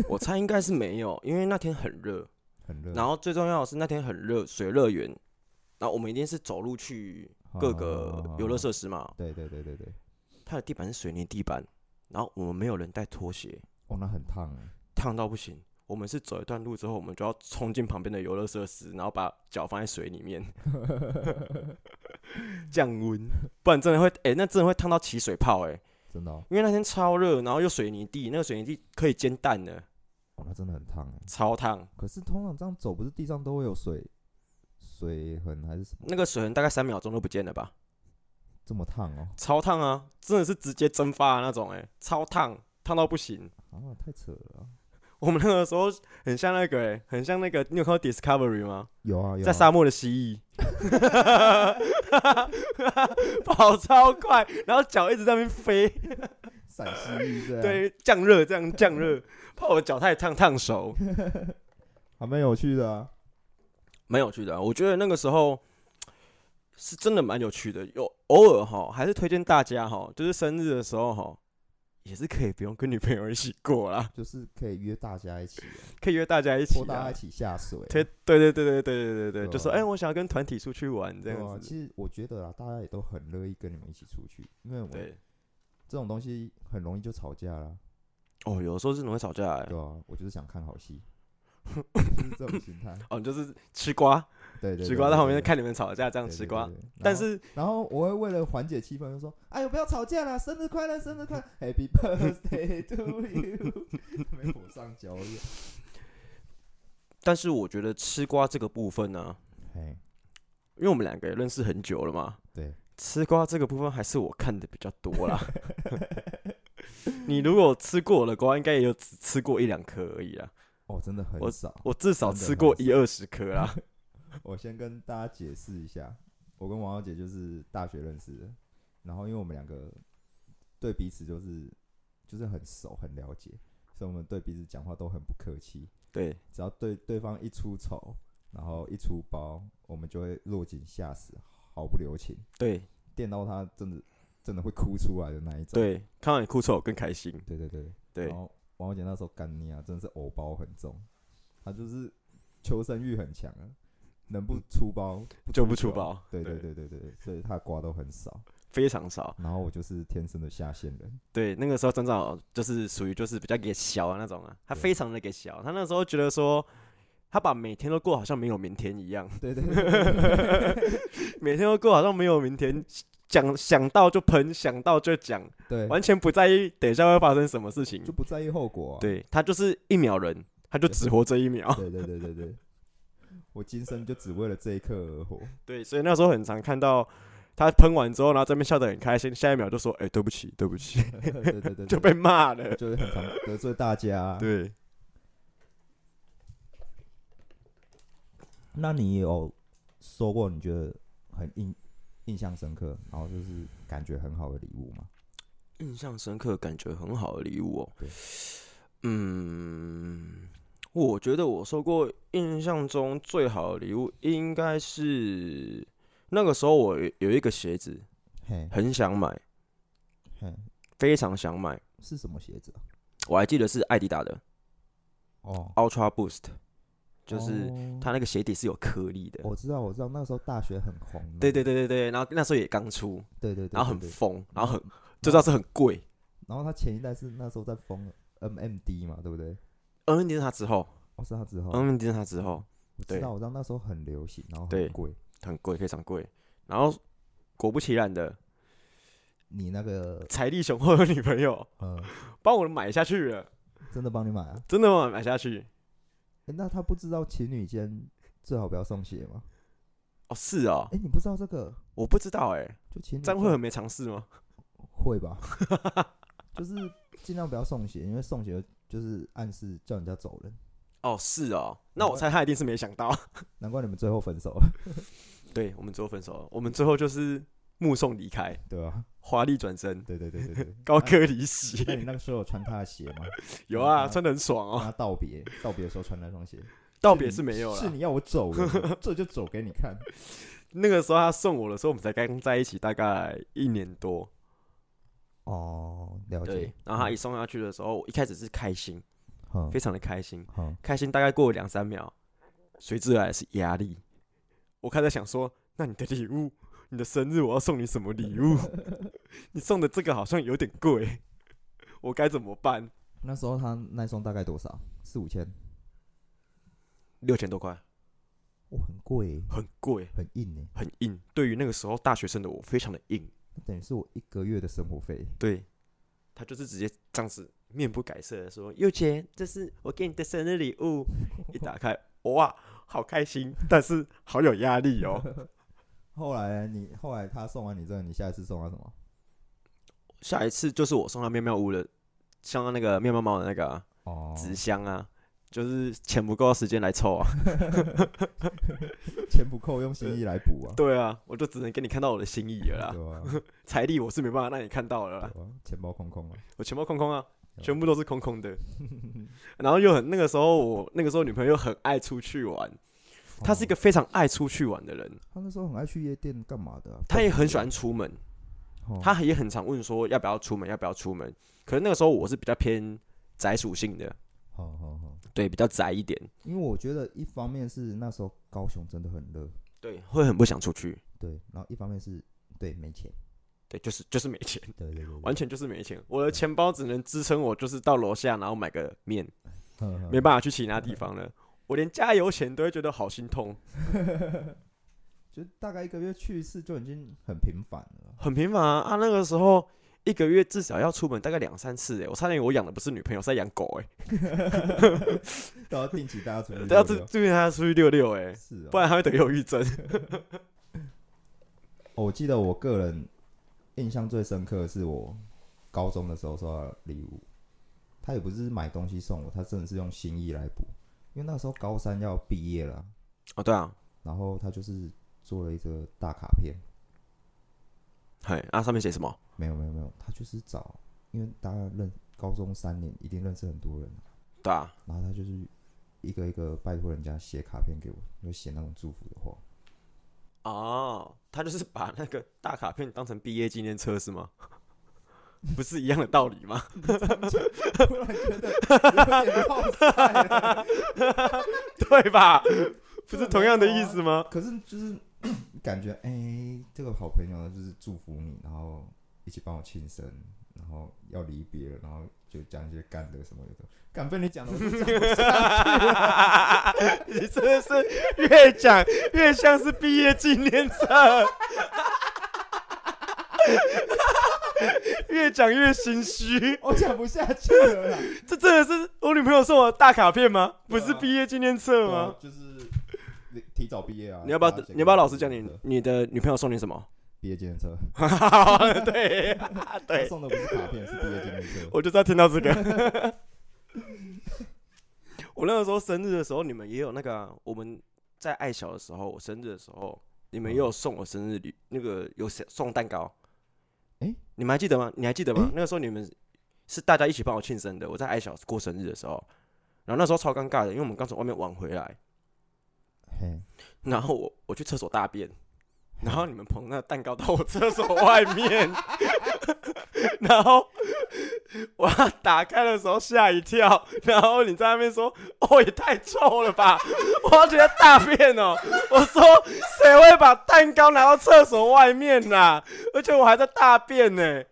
B: 我猜应该是没有，因为那天很热，
A: 很热，
B: 然后最重要的是那天很热，水乐园，然后我们一定是走路去
A: 啊
B: 各个游乐
A: 施。
B: 设施嘛，
A: 对对对对对，
B: 它的地板是水泥地板，然后我们没有人带拖鞋，
A: 哦，那很烫欸
B: 烫到不行。我们是走一段路之后，我们就要冲进旁边的游乐设施，然后把脚放在水里面降温，不然真的会，哎、那真的会烫到起水泡、哎，
A: 真的哦，
B: 因为那天超热，然后又水泥地，那个水泥地可以煎蛋的，
A: 哦，那真的很烫哎。
B: 超烫。
A: 可是通常这样走，不是地上都会有水水痕还是什么？
B: 那个水痕大概三秒钟都不见了吧，
A: 这么烫哦，
B: 超烫啊，真的是直接蒸发的那种、哎，超烫，烫到不行。
A: 啊，太扯了啊。
B: 我们那个时候很像那个、哎，很像那个，你有看过 Discovery 吗？
A: 有啊，有
B: 在
A: 啊
B: 沙漠的蜥蜴， 跑超快，然后脚一直在那边飞，
A: 陕西对对，
B: 对，降热这样降热，怕我脚太烫烫手。
A: 还蛮有趣的啊。
B: 蛮有趣的啊、我觉得那个时候是真的蛮有趣的。有偶尔哈，还是推荐大家哈，就是生日的时候哈，也是可以不用跟女朋友一起过啦，
A: 就是可以约大家一起啊，
B: 可以约大家一起
A: 拖大家
B: 啊
A: 一。起下水啊。
B: 推对对对对对对对对，
A: 对
B: 就说
A: 啊
B: 哎、我想要跟团体出去玩
A: 对
B: 这
A: 啊
B: 样子。
A: 其实我觉得啊，大家也都很乐意跟你们一起出去，因为我们
B: 对，
A: 这种东西很容易就吵架啦，
B: 哦，有的时候真的会吵架、欸
A: 对。啊，我就是想看好 戏，就是这种心态。
B: 哦，你就是吃瓜，
A: 对对，
B: 吃瓜在旁边
A: 看
B: 看你们吵架，这样吃瓜。。
A: 对对对对
B: 但
A: 然后
B: 是
A: 然后我会为了缓解气氛，就说：“哎呦，不要吵架啦，生日快乐，生日快乐，Happy Birthday to you。”没 火上浇油。
B: 但是我觉得吃瓜这个部分呢、
A: 哎，
B: 因为我们两个也认识很久了嘛，
A: 对，
B: 吃瓜这个部分还是我看的比较多 啦。你如果吃过我的瓜，应该也有只吃过一两颗而已啦。
A: 哦，真的很少。
B: 我至少
A: 真的
B: 吃过
A: 很
B: 一二十颗 啦。
A: 我先跟大家解释一下，我跟王小姐就是大学认识的，然后因为我们两个对彼此就是就是很熟很了解，所以我们对彼此讲话都很不客气，
B: 对，
A: 只要对对方一出丑，然后一出包，我们就会落井下石，毫不留情，
B: 对，
A: 电到她真的真的会哭出来的那一种。
B: 对，看到你哭臭我更开心。
A: 对对对
B: 对
A: 然，后王小姐那时候干你啊，真的是偶包很重，她就是求生欲很强啊，能不出包
B: 就不出
A: 球
B: 包
A: 对对
B: 对
A: 对对对，所以他瓜都很少。
B: 非常少。
A: 然后我就是天生的下线人，
B: 对，那个时候张正好就是属于就是比较给小的那种啊，他
A: 对
B: 非常的给小。他那时候觉得说，他把每天都过好像没有明天 一样。
A: 对对 对
B: 每天都过好像没有明天，讲想到就喷，想到就讲，
A: 对，
B: 完全不在意等一下会发生什么事情
A: 就。不在意后果、啊。
B: 对他就是一秒人，他就只活这一秒。
A: 对对对对 对，我今生就只为了这一刻而活。
B: 对，所以那时候很常看到他喷完之后，然后这边笑得很开心，下一秒就说：“哎、对不起，对不起。
A: 对对对对，”
B: 就被骂了。
A: 就是很常得罪大家、啊
B: 对，
A: 那你有收过你觉得很印印象深刻，然后就是感觉很好的礼物吗？
B: 印象深刻，感觉很好的礼物哦
A: 对。
B: 嗯，我觉得我收过印象中最好的礼物应该是那个时候我有有一个鞋子
A: 嘿，
B: 很想买，
A: 嘿，
B: 非常想买，
A: 是什么鞋子啊？
B: 我还记得是艾迪达的
A: 哦，
B: Ultra Boost，就是
A: 哦
B: 它那个鞋底是有颗粒的。
A: 我知道，我知道，那时候大学很红的，
B: 对对对对对，然后那时候也刚出，
A: 对对对，
B: 然后很
A: 对对
B: 疯，然后很就知道是很贵。
A: 然后他前一代是那时候在封 MMD 嘛，对不对？
B: 嗯，问题是它之后，
A: 哦，是他之后，
B: 嗯，问题是它之后
A: 我
B: 对
A: 知道，我知道那时候很流行，然后
B: 对
A: 很贵。
B: 很贵，非常贵。然后果不其然的，
A: 你那个
B: 财力雄厚的女朋友
A: 呃，
B: 帮我买下去了，
A: 真的帮你买啊？
B: 真的帮我买下去。
A: 诶那他不知道情侣间最好不要送鞋吗？
B: 哦，是哦，
A: 哎，你不知道这个，
B: 我不知道哎、
A: 就情侣
B: 这样会
A: 间
B: 很没尝试吗？
A: 会吧， 就是尽量不要送鞋，因为送鞋就是暗示叫人家走人。
B: 哦，是哦，那我猜他一定是没想 到。
A: 难怪你们最后分手了，
B: 对我们最后分手了，我们最后就是目送离开，
A: 对吧、
B: 华丽转身，
A: 对对对对 对，
B: 高
A: 啊。
B: 歌离席。
A: 那你那个时候有穿他的鞋吗？
B: 有啊，
A: 啊
B: 穿的很爽哦。
A: 跟他道别，道别的时候穿那双鞋，
B: 道别是没有
A: 是
B: 了，
A: 你要我走人，这就走给你看。
B: 那个时候他送我的时候，我们才刚在一起大概一年多。
A: 哦，了解
B: 对。，然后他一送下去的时候，我一开始是开心，
A: 嗯
B: 非常的开心，
A: 嗯，
B: 开心大概过了两三秒，随之而来是压力。我开始想说，那你的礼物，你的生日我要送你什么礼物？你送的这个好像有点贵，我该怎么办？
A: 那时候他那双大概多少？四五千，
B: 六千多块，
A: 哇，很贵耶，
B: 很贵，
A: 很硬欸呢。
B: 很硬。对于那个时候大学生的我，非常的硬。
A: 那等于是我一个月的生活费。
B: 对，他就是直接这样子面不改色的说：“佑杰，这是我给你的生日礼物。” 一打开，哇，好开心，但是好有压力哦。
A: 后来你后来他送完你这个，你下一次送他什么？
B: 下一次就是我送他妙妙屋的，像那个妙妙猫的那个啊
A: 哦，
B: 纸箱啊，就是钱不够时间来凑 啊。
A: 钱不够，用心意来补啊。
B: 对啊，我就只能给你看到我的心意了啦，
A: 对啊，
B: 财力我是没办法让你看到了啦，
A: 对啊钱包空 空了。
B: 我钱包空空啊，
A: 对
B: 全部都是空空 的。然后又很那个时候我那个时候女朋友很爱出去玩，她是一个
A: 哦，
B: 非常爱出去玩的人，
A: 他那时候很爱去夜店干嘛的啊？
B: 她也很喜欢出门，
A: 哦，
B: 她也很常问说要不要出门，要不要出门。可是那个时候我是比较偏宅属性的，
A: 哦好好好，
B: 对，比较宅一点，
A: 因为我觉得一方面是那时候高雄真的很热，
B: 对，会很不想出去，
A: 对，然后一方面是对没钱，
B: 对，就是就是没钱。
A: 对对对对，
B: 完全就是没钱，我的钱包只能支撑我就是到楼下然后买个面，
A: 呵呵
B: 没办法去其他地方了。我连加油钱都会觉得好心痛，
A: 就大概一个月去一次就已经很频繁 了。
B: 很频繁啊！啊那个时候一个月至少要出门大概两三次哎，我差点我养的不是女朋友，是在养狗哎，
A: 都要定期大家出去
B: 都要
A: 遛
B: 这
A: 遛
B: 这边他出去溜溜哎，
A: 是
B: 不
A: 哦。
B: 然他会得忧郁症。
A: 哦我记得我个人印象最深刻的是我高中的时候收到的礼物，他也不是买东西送我，他真的是用心意来补。因为那时候高三要毕业了，
B: 哦，对啊，
A: 然后他就是做了一个大卡片，
B: 嘿，啊上面写什么？
A: 没有没有没有，他就是找，因为大家认高中三年一定认识很多人啊，
B: 对啊，
A: 然后他就是一个一个拜托人家写卡片给我，就写那种祝福的 话。
B: 哦，他就是把那个大卡片当成毕业纪念册是吗？ 不是一样的道理吗？
A: 突然觉得有点绕塞了
B: 对吧？不是同样的意思吗？
A: 可是就是 感觉哎、这个好朋友就是祝福你，然后一起帮我庆生，然后要离别了，然后就讲一些干的什么的，敢被你讲的，我就讲不下
B: 你真的是越讲越像是毕业纪念册，越讲越心虚。
A: 我讲不下去了啦。
B: 这真的 是我女朋友送我的大卡片吗？不
A: 对啊
B: 是毕业纪念册
A: 对啊
B: 吗？
A: 就是提早毕业啊。
B: 你要不要
A: 大家？先
B: 你要不要
A: 跟
B: 老实讲你
A: 的
B: 你的女朋友送你什么？
A: 毕业纪念册，
B: 对
A: 他
B: 对，
A: 送的不是卡片，是毕业纪念册。
B: 哎 我就是要听到这个。 我那个时候生日的时候，你们也有那个啊、我们在爱小的时候，我生日的时候，你们也有送我生日礼，那个有送送蛋糕。
A: 诶
B: 你们还记得吗？你还记得吗？
A: 诶
B: 那个时候你们是大家一起帮我庆生的。我在爱小过生日的时候，然后那时候超尴尬的，因为我们刚从外面玩回来，
A: 嘿，
B: 然后我我去厕所大便，然后你们捧那个蛋糕到我厕所外面， 然后我要打开的时候吓一跳，然后你在那边说：“哦，也太臭了吧！”我要觉得大便哦。我说：“谁会把蛋糕拿到厕所外面呐、而且我还在大便呢、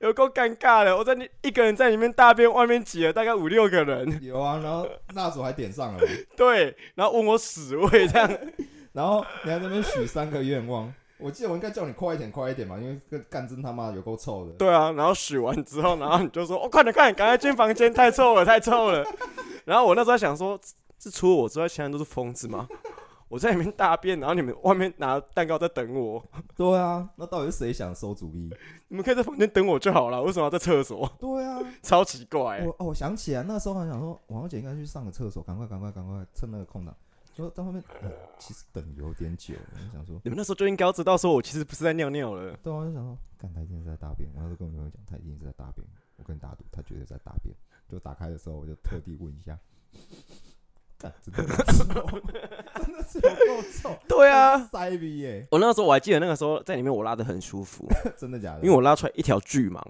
B: 有够尴尬的。我在你一个人在里面大便，外面挤了大概五六个人，
A: 有啊，然后蜡烛还点上了，
B: 对，然后问我屎味这样。
A: 然后你还在那边许三个愿望。 我记得我应该叫你快一点，快一点嘛，因为干干真他妈有够臭的。
B: 对啊，然后洗完之后，然后你就说：“哦，快点，快点，赶快进房间，太臭了，太臭了。”然后我那时候还想说，是除了我之外，其他人都是疯子吗？我在里面大便，然后你们外面拿蛋糕在等我，
A: 对啊，那到底是谁想馊主意？
B: 你们可以在房间等我就好了，为什么要在厕所？
A: 对啊，
B: 超奇怪、欸。
A: 我哦，我想起来，那时候还想说，王小姐应该去上个厕所，赶快赶快赶快，趁那个空档。就到后面，呃其实等有点久，我就想说，
B: 你们那时候就应该要知道，说我其实不是在尿尿了。
A: 对啊，我就想说，干他一定是在大便。我那时候跟我朋友讲，他一定是在大便。我跟你打赌，他绝对在大便。就打开的时候，我就特地问一下， 干真的有臭，真的是有够臭。
B: 对啊，
A: 塞逼耶，
B: 我那时候我还记得那个时候在里面我拉的很舒 服，
A: 真的假的？
B: 因为我拉出来一条巨蟒，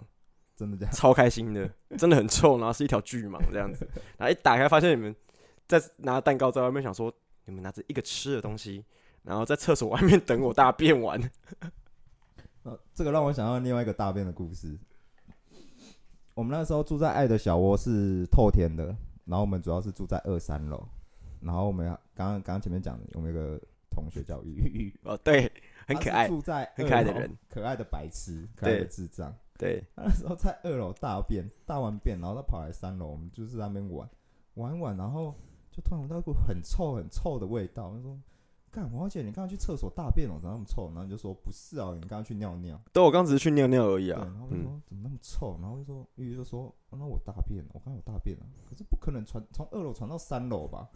A: 真的假的？
B: 超开心的，真的很臭，然后是一条巨蟒 这样子，然后一打开发现你们在拿蛋糕在外面，想说你们拿着一个吃的东西，然后在厕所外面等我大便完，
A: 呃，这个让我想到另外一个大便的故事。我们那时候住在爱的小窝是透天的，然后我们主要是住在二三楼，然后我们刚刚刚刚前面讲的，我们有个同学叫玉玉，
B: 哦对，很
A: 他啊是
B: 可爱，
A: 住在
B: 很
A: 二
B: 可爱的
A: 楼
B: 人，
A: 可爱的白痴，可爱的
B: 对
A: 智障。
B: 对，
A: 他那时候在二楼大便，大完便，然后他跑来三楼，我们就是在那边玩玩一玩，然后就突然闻到一股很臭很臭的味道，他说：“干王小姐，你刚刚去厕所大便了，怎么那么臭？”然后你就说：“不是啊，你刚刚去尿尿。”
B: 对我刚只是去尿尿而已
A: 对，
B: 啊
A: 然后，我就
B: 嗯，
A: 说怎么那么臭，然后就说玉玉就说、哦那我大便，我刚刚有大便了，可是不可能传从二楼传到三楼吧？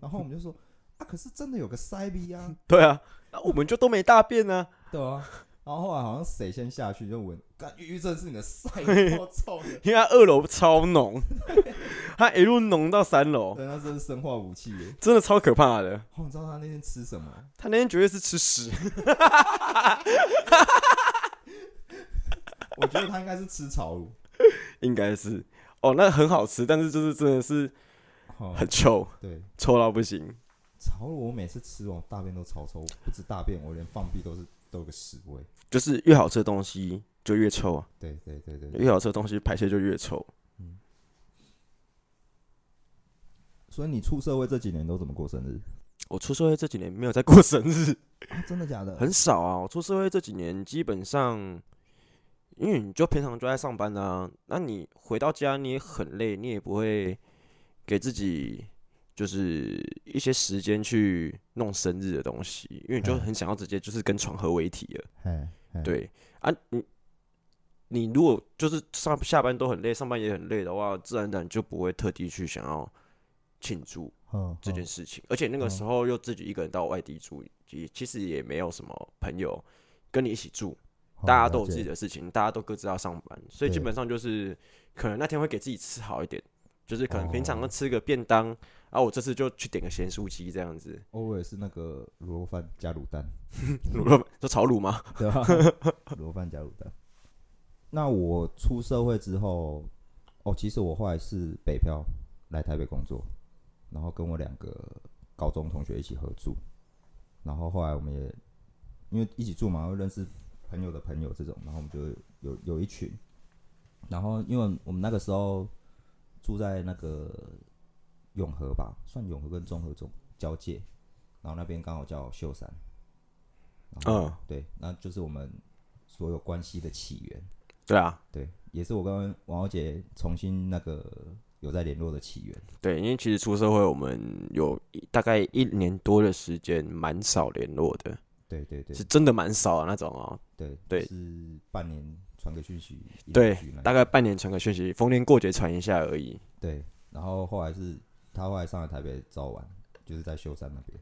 A: 然后我们就说啊，可是真的有个塞逼啊，
B: 对啊，那我们就都没大便呢、
A: 对啊。然后后来好像谁先下去就闻，干玉玉真的是你的塞，好臭的，
B: 因为它二楼超 浓，它一路浓到三楼，
A: 对，那真是生化武器耶。
B: 真的超可怕的。
A: 哦，你知道他那天吃什么？
B: 他那天绝对是吃屎，
A: 我觉得他应该是吃草乳，
B: 应该是哦，那很好吃，但是就是真的是
A: 哦，
B: 很臭，
A: 对，
B: 臭到不行。
A: 草乳我每次吃完大便都超臭，我不止大便，我连放屁都是都有个屎味。
B: 就是越好吃的东西就越臭啊，
A: 对对对对对。
B: 越好吃的东西排泄就越臭。
A: 所以你出社会这几年都怎么过生日？
B: 我出社会这几年没有在过生日，
A: 啊、真的假的？
B: 很少啊。我出社会这几年基本上，因为你就平常就在上班啊，那你回到家你也很累，你也不会给自己就是一些时间去弄生日的东西，因为你就
A: 嗯
B: 很想要直接就是跟床合为一体了。
A: 嘿，嘿，
B: 对啊，你你如果就是上下班都很累，上班也很累的话，自然而然就不会特地去想要庆祝
A: 嗯，
B: 这件
A: 事，
B: 事情。而且那个时
A: 嗯
B: 候又自己一个人到外地住，也其实也没有什么朋友跟你一起住，
A: 嗯
B: 大家都有自己，
A: 了
B: 的事情，大家都各自要上班，所以基
A: 对
B: 本上就是可能那天会给自己吃好一点，就是可能平常
A: 哦
B: 都吃个便当，然后我这次就去点个咸酥鸡这样子，
A: 解哦我也是那个卤肉饭加卤蛋，
B: 卤肉 就炒卤吗？
A: 对吧？卤肉饭加卤蛋。那我出社会之后，哦，其实我后来是北漂来台北工作，然后跟我两个高中同学一起合住，然后后来我们也因为一起住嘛，会认识朋友的朋友这种，然后我们就有有一群，然后因为我们那个时候住在那个永和吧，算永和跟中和中交界，然后那边刚好叫秀山，然后
B: 嗯
A: 对，那就是我们所有关系的起源，
B: 对啊，
A: 对，也是我跟王小姐重新那个有在联络的起源，
B: 对，因为其实出社会，我们有一大概一年多的时间蛮少联络的，
A: 对对对
B: 是真的蛮少的那种哦。
A: 对
B: 对
A: 是半年传个讯息，一
B: 对
A: 两句那种
B: 大概半年传个讯息，逢年过节传一下而已。
A: 对，然后后来是他后来上来台北招玩，就是在秀山那边，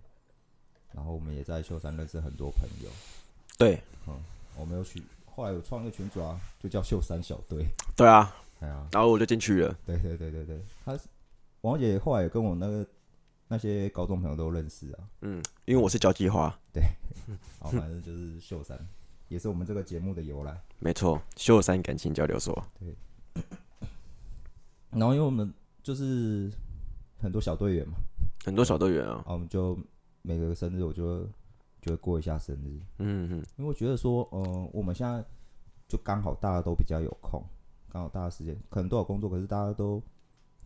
A: 然后我们也在秀山认识很多朋友，
B: 对，
A: 我们有去，后来有创一个群组啊，就叫秀山小队，
B: 对啊，
A: 哎呀，
B: 然后我就进去了。
A: 对对对对对，他是王姐后来也跟我那个那些高中朋友都认识啊，
B: 嗯，因为我是交际花，
A: 然后反正就是秀山，也是我们这个节目的由来。
B: 没错，秀山感情交流所。
A: 然后因为我们就是很多小队员嘛，
B: 很多小队员啊
A: 然，后我们就每个生日我就就会过一下生日，
B: 嗯嗯，
A: 因为我觉得说，呃，我们现在就刚好大家都比较有空，刚好大家时间可能都有工作，可是大家都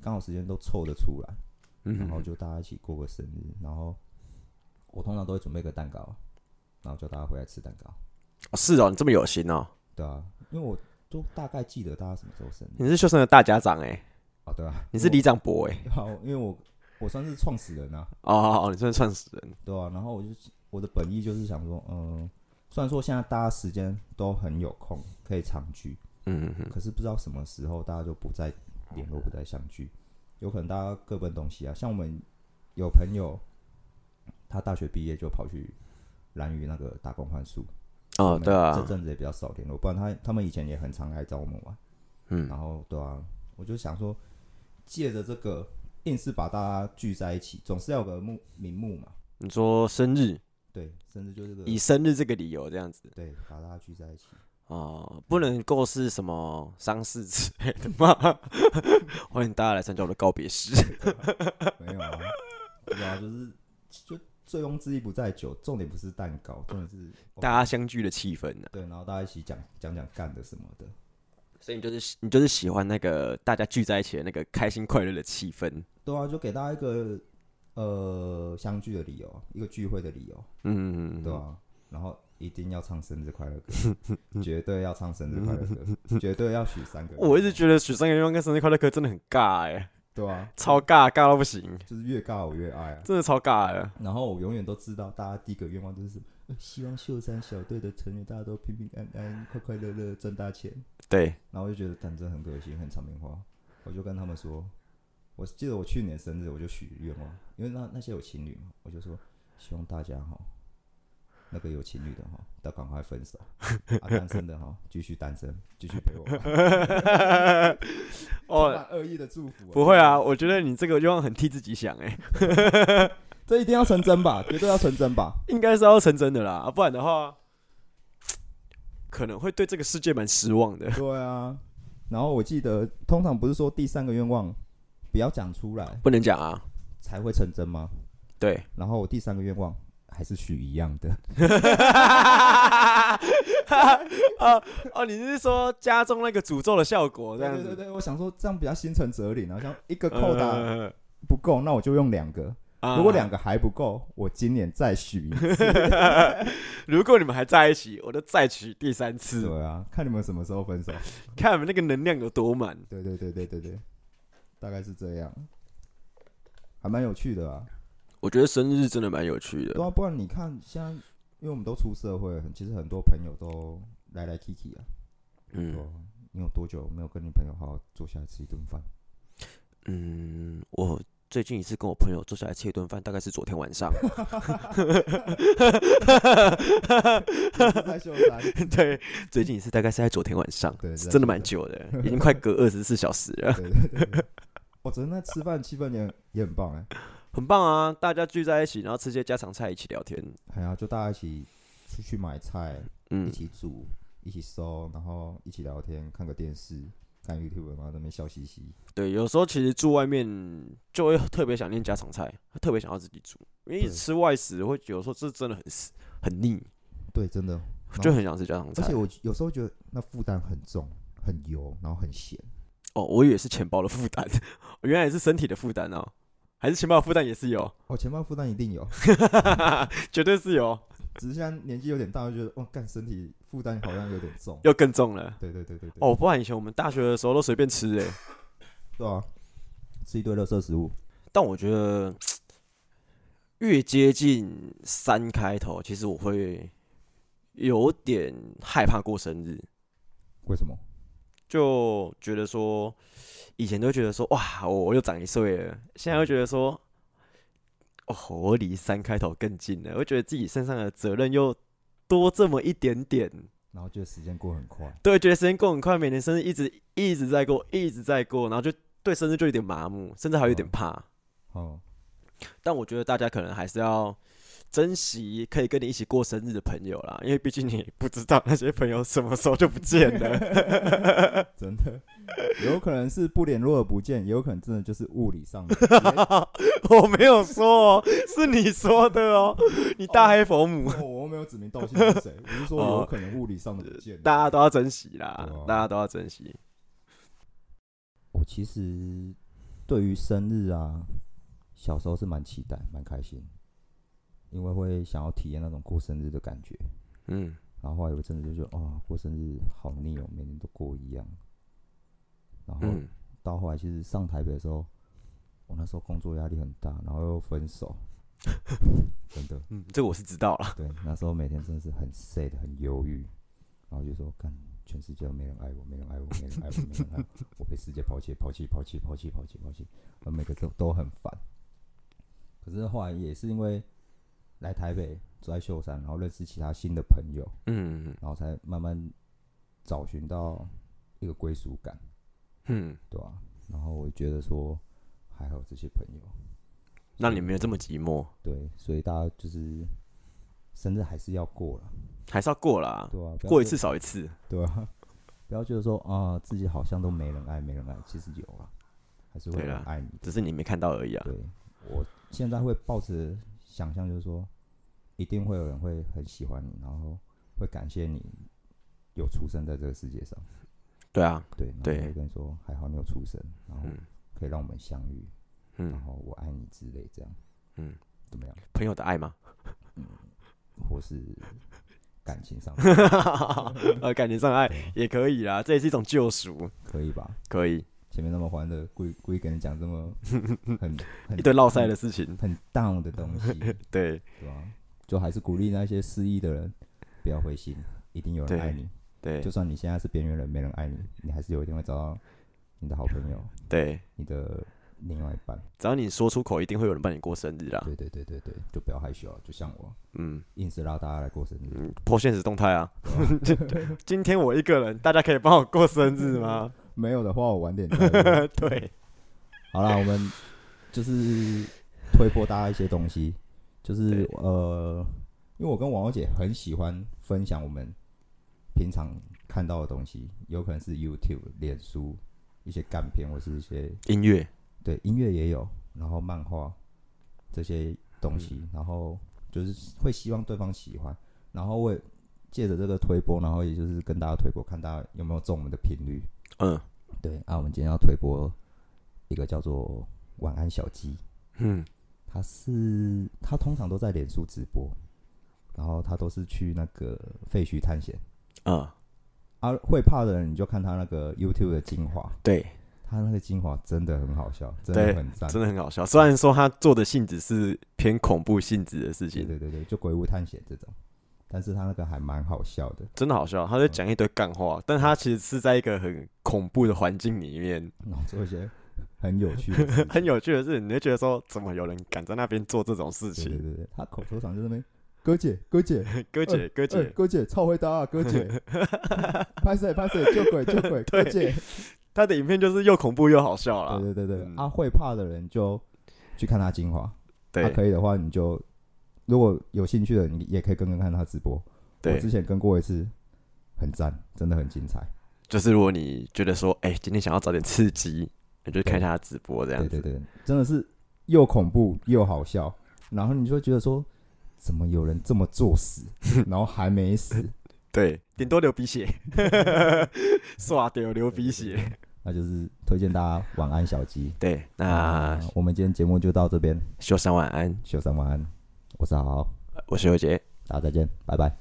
A: 刚好时间都凑得出来，
B: 嗯
A: 然后
B: 嗯，
A: 就大家一起过个生日，然后我通常都会准备个蛋糕，啊然后叫大家回来吃蛋糕，
B: 哦是哦，你这么有心哦，
A: 对啊，因为我都大概记得大家什么时候生日
B: 你是秀山的大家长哎、
A: 啊，对啊，
B: 你是李长博哎、
A: 好，因为我我算是创始人啊，
B: 哦哦哦，你真的创始人，
A: 对啊，然后我就我的本意就是想说，嗯、虽然说现在大家时间都很有空，可以常聚，
B: 嗯嗯嗯，
A: 可是不知道什么时候大家就不再联络，不再相聚，有可能大家各奔东西啊。像我们有朋友，他大学毕业就跑去兰屿那个打工换宿，
B: 哦对
A: 我们
B: 啊
A: 这，阵子也比较少联络，不然他他们以前也很常来找我们玩，
B: 嗯
A: 然后对啊，我就想说，借着这个硬是把大家聚在一起，总是要有个目名目嘛，
B: 你说生日
A: 对，甚至就是个
B: 以生日这个理由这样子
A: 对把大家聚在一起，
B: 哦，不能够是什么丧事之类的吗？ 欢迎大家来参加我的告别式。
A: 没有啊，对啊，就是就醉翁之意不在酒，重点不是蛋糕，重点是
B: 大家相聚的气氛啊呢、
A: 对，然后大家一起讲讲讲干的什么的，
B: 所以你就是喜你就是喜欢那个大家聚在一起的那个开心快乐的气氛，
A: 对啊，就给大家一个呃相聚的理由，一个聚会的理由，
B: 嗯，
A: 对啊，然后一定要唱生日快乐歌，绝对要唱生日快乐歌，绝对要许三个愿望，
B: 我一直觉得许三个愿望跟生日快乐歌真的很尬哎、
A: 对啊，
B: 超尬，尬到不行，
A: 就是越尬我越爱啊。
B: 真的超尬的。
A: 然后我永远都知道，大家第一个愿望就是什么呃希望秀山小队的成员大家都平平安安、快快乐乐、赚大钱。
B: 对，
A: 然后我就觉得，干真的很恶心，很场面化。我就跟他们说，我记得我去年生日我就许愿望，因为那那些有情侣嘛，我就说希望大家哈，那个有情侣的哈，都赶快分手，啊，单身的哈，继续单身，继续陪我玩。充
B: 哦，
A: 满恶意的祝福、
B: 不会啊，，我觉得你这个愿望很替自己想哎、
A: 这一定要成真吧，绝对要成真吧。
B: 应该是要成真的啦，啊不然的话，可能会对这个世界蛮失望的。
A: 对啊，然后我记得通常不是说第三个愿望不要讲出来
B: 不能讲啊，
A: 才会成真吗？
B: 对，
A: 然后我第三个愿望还是许一样的，
B: 啊哦，你是说加重那个诅咒的效果哦这样
A: 对
B: 子？
A: 对对，我想说这样比较心诚则灵，然后像一个扣打
B: 呃
A: 不够，那我就用两个，
B: 啊
A: 如果两个还不够，我今年再许一 次。
B: 如果你们还在一起，我就再娶第三次，
A: 对啊，看你们什么时候分手。
B: 看你们那个能量有多满。
A: 对对对对对对，大概是这样，还蛮有趣的啊。
B: 我觉得生日真的蛮有趣
A: 对
B: 的，
A: 啊，不然你看现在，因为我们都出社会了，其实很多朋友都来来去去啊。对
B: 嗯
A: 啊你有多久没有跟你朋友好好坐下来吃一顿 饭？
B: 嗯，我最近一次跟我朋友坐下来吃一顿饭，大概是昨天晚上。
A: 在秀山，
B: 对，最近一次大概是在昨天晚上，
A: 对
B: 是
A: 在
B: 真的
A: 昨
B: 蛮
A: 天
B: 久的，已经快隔二十四小时了，
A: 对对对对。我昨天那吃饭气氛也很也很棒哎、
B: 很棒啊！大家聚在一起，然后吃些家常菜，一起聊天，
A: 哎呀，就大家一起出去买菜，一
B: 嗯，
A: 起煮，一起收，然后一起聊天，看个电视，看 YouTube，然后在那边笑嘻嘻。
B: 对，有时候其实住外面就会特别想念家常菜，特别想要自己煮，因为一直
A: 对
B: 吃外食会有时候这真的很死很腻，
A: 对，真的，
B: 就很想吃家常
A: 而
B: 菜。
A: 且我有时候觉得那负担很重，很油，然后很咸。
B: 哦，我以为是钱包的负担，原来也是身体的负担哦，还是钱包的负担也是有，
A: 哦，前半负担一定有，
B: 绝对是有，
A: 只是现在年纪有点大，就觉得哦，干身体负担好像有点重。
B: 又更重了。
A: 对对对对对。
B: 哦，不然以前我们大学的时候都随便吃诶、欸
A: 对啊，吃一堆垃圾食物。
B: 但我觉得，越接近三开头，其实我会有点害怕过生日，
A: 为什么？
B: 就觉得说，以前都觉得说哇，我又长一岁了，现在又觉得说，哦，我离三开头更近了，我觉得自己身上的责任又多这么一点点，
A: 然后就时间过很快，
B: 对，觉得时间过很快，每年生日一直一直在过，一直在过，然后就对生日就有点麻木，甚至还有点
A: 嗯
B: 怕。
A: 哦，
B: 但我觉得大家可能还是要珍惜可以跟你一起过生日的朋友啦，因为毕竟你不知道那些朋友什么时候就不见 了。
A: 真的，
B: 嗯
A: 有可能是不联络而不见，也有可能真的就是物理上 的哦。
B: 我没有说哦，是你说的哦，你大黑佛母，
A: 哦我没有指名道姓是谁，我是说有可能物理上的不见。
B: 哦大家都要珍惜啦
A: 对啊，
B: 大家都要珍惜。
A: 我其实对于生日啊，小时候是蛮期待、蛮开心，因为会想要体验那种过生日的感觉。
B: 嗯，
A: 然后后来有一阵子就觉得，哦，过生日好腻哦，每年都过一样。然后
B: 嗯，
A: 到后来，其实上台北的时候，我那时候工作压力很大，然后又分手，真的，
B: 嗯，这个我是知道了。
A: 对，那时候每天真的是很 sad，很忧郁，然后就说，干，全世界都没人爱我，没人爱我，没人爱我，没人爱我，我被世界抛弃，抛弃，抛弃，抛弃，抛弃，抛弃，而每个都都很烦。可是后来也是因为来台北住在秀山，然后认识其他新的朋友，
B: 嗯
A: 然后才慢慢找寻到一个归属感。
B: 嗯，
A: 对啊，然后我觉得说还好这些朋友，
B: 让你没有这么寂寞，
A: 对，所以大家就是生日还是要过了，
B: 还是要过啦，
A: 对啊，不要
B: 过一
A: 觉
B: 次少一次。
A: 对啊，不要觉得说啊、自己好像都没人爱，没人爱，其实有啊，还是会有
B: 对
A: 人
B: 啦
A: 爱你的。
B: 只是你没看到而已啊
A: 对，我现在会抱持想象，就是说一定会有人会很喜欢你，然后会感谢你有出生在这个世界上，
B: 对啊，
A: 对，然后
B: 对
A: 会跟你说还好你有出生，然后
B: 嗯
A: 可以让我们相遇，然
B: 嗯
A: 后我爱你之类，这样
B: 嗯，
A: 怎么样？
B: 朋友的爱吗？
A: 或是感情上
B: 呃，感情上爱
A: 啊
B: 也可以啦，这也是一种救赎，
A: 可以吧？
B: 可以
A: 前面那么欢乐，故意故意跟你讲这么很很
B: 一堆落塞的事情，
A: 很 down 的东西，对
B: 对
A: 吧、就还是鼓励那些失意的人不要灰心，一定有人
B: 对
A: 爱你。
B: 对
A: 就算你现在是边缘人，没人爱你，你还是有一天会找到你的好朋友，
B: 对，
A: 你的另外一半。
B: 只要你说出口，一定会有人帮你过生日啦。
A: 对对对对对，就不要害羞啊，就像我
B: 嗯
A: 硬是拉大家来过生日，
B: 嗯，破现实动态啊， 今天我一个人，大家可以帮我过生日吗？
A: 没有的话我晚点再问。
B: 对，
A: 好啦，我们就是推播大家一些东西，就是
B: 对
A: 呃，因为我跟王小姐很喜欢分享我们平常看到的东西，有可能是 YouTube、脸书一些干片，或是一些
B: 音乐，
A: 对音乐也有，然后漫画这些东西，
B: 嗯
A: 然后就是会希望对方喜欢，然后我也借着这个推播，然后也就是跟大家推播，看大家有没有中我们的频率。
B: 嗯
A: 对，啊，我们今天要推播一个叫做“晚安小鸡”。
B: 嗯，
A: 他是他通常都在脸书直播，然后他都是去那个废墟探险。
B: 啊，
A: 啊，会怕的人你就看他那个 YouTube 的精华，
B: 对，
A: 他那个精华真的很好笑，真的
B: 对
A: 很赞。
B: 真的很好笑。虽然说他做的性质是偏恐怖性质的事
A: 对
B: 情，
A: 对对对，就鬼屋探险这种，但是他那个还蛮好笑的。
B: 真的好笑。他在讲一堆干话，但他其实是在一个很恐怖的环境里面，
A: 然后做一些很有趣的事情，
B: 很有趣的是，你会觉得说，怎么有人敢在那边做这种事
A: 对对
B: 情？
A: 对对，他口头禅就在那边，哥姐哥姐
B: 哥姐，哥
A: 哎
B: 姐，
A: 哥姐，超回答啊哥 姐，拍谁拍谁救鬼救鬼哥
B: 对
A: 姐，
B: 他的影片就是又恐怖又好笑啦。
A: 对对对对，
B: 嗯
A: 啊会怕的人就去看他精华，啊、
B: 对
A: 可以的话，你就如果有兴趣的，你也可以跟跟看他直播。我之
B: 对，
A: 前跟过一次，很赞，真的很精彩。
B: 就是如果你觉得说，哎，今天想要找点刺激，你就看一下他直播这样
A: 对
B: 子。
A: 对对，真的是又恐怖又好笑，然后你就会觉得说，怎么有人这么作 死，然后还没死，
B: 对，顶多流鼻血， 刷掉流鼻血。
A: 那就是推荐大家晚安小鸡。
B: 对，那
A: 我们今天节目就到这边，
B: 秀山晚安，
A: 秀山晚安，我是好好，
B: 我是尤杰。
A: 大家再见，拜拜。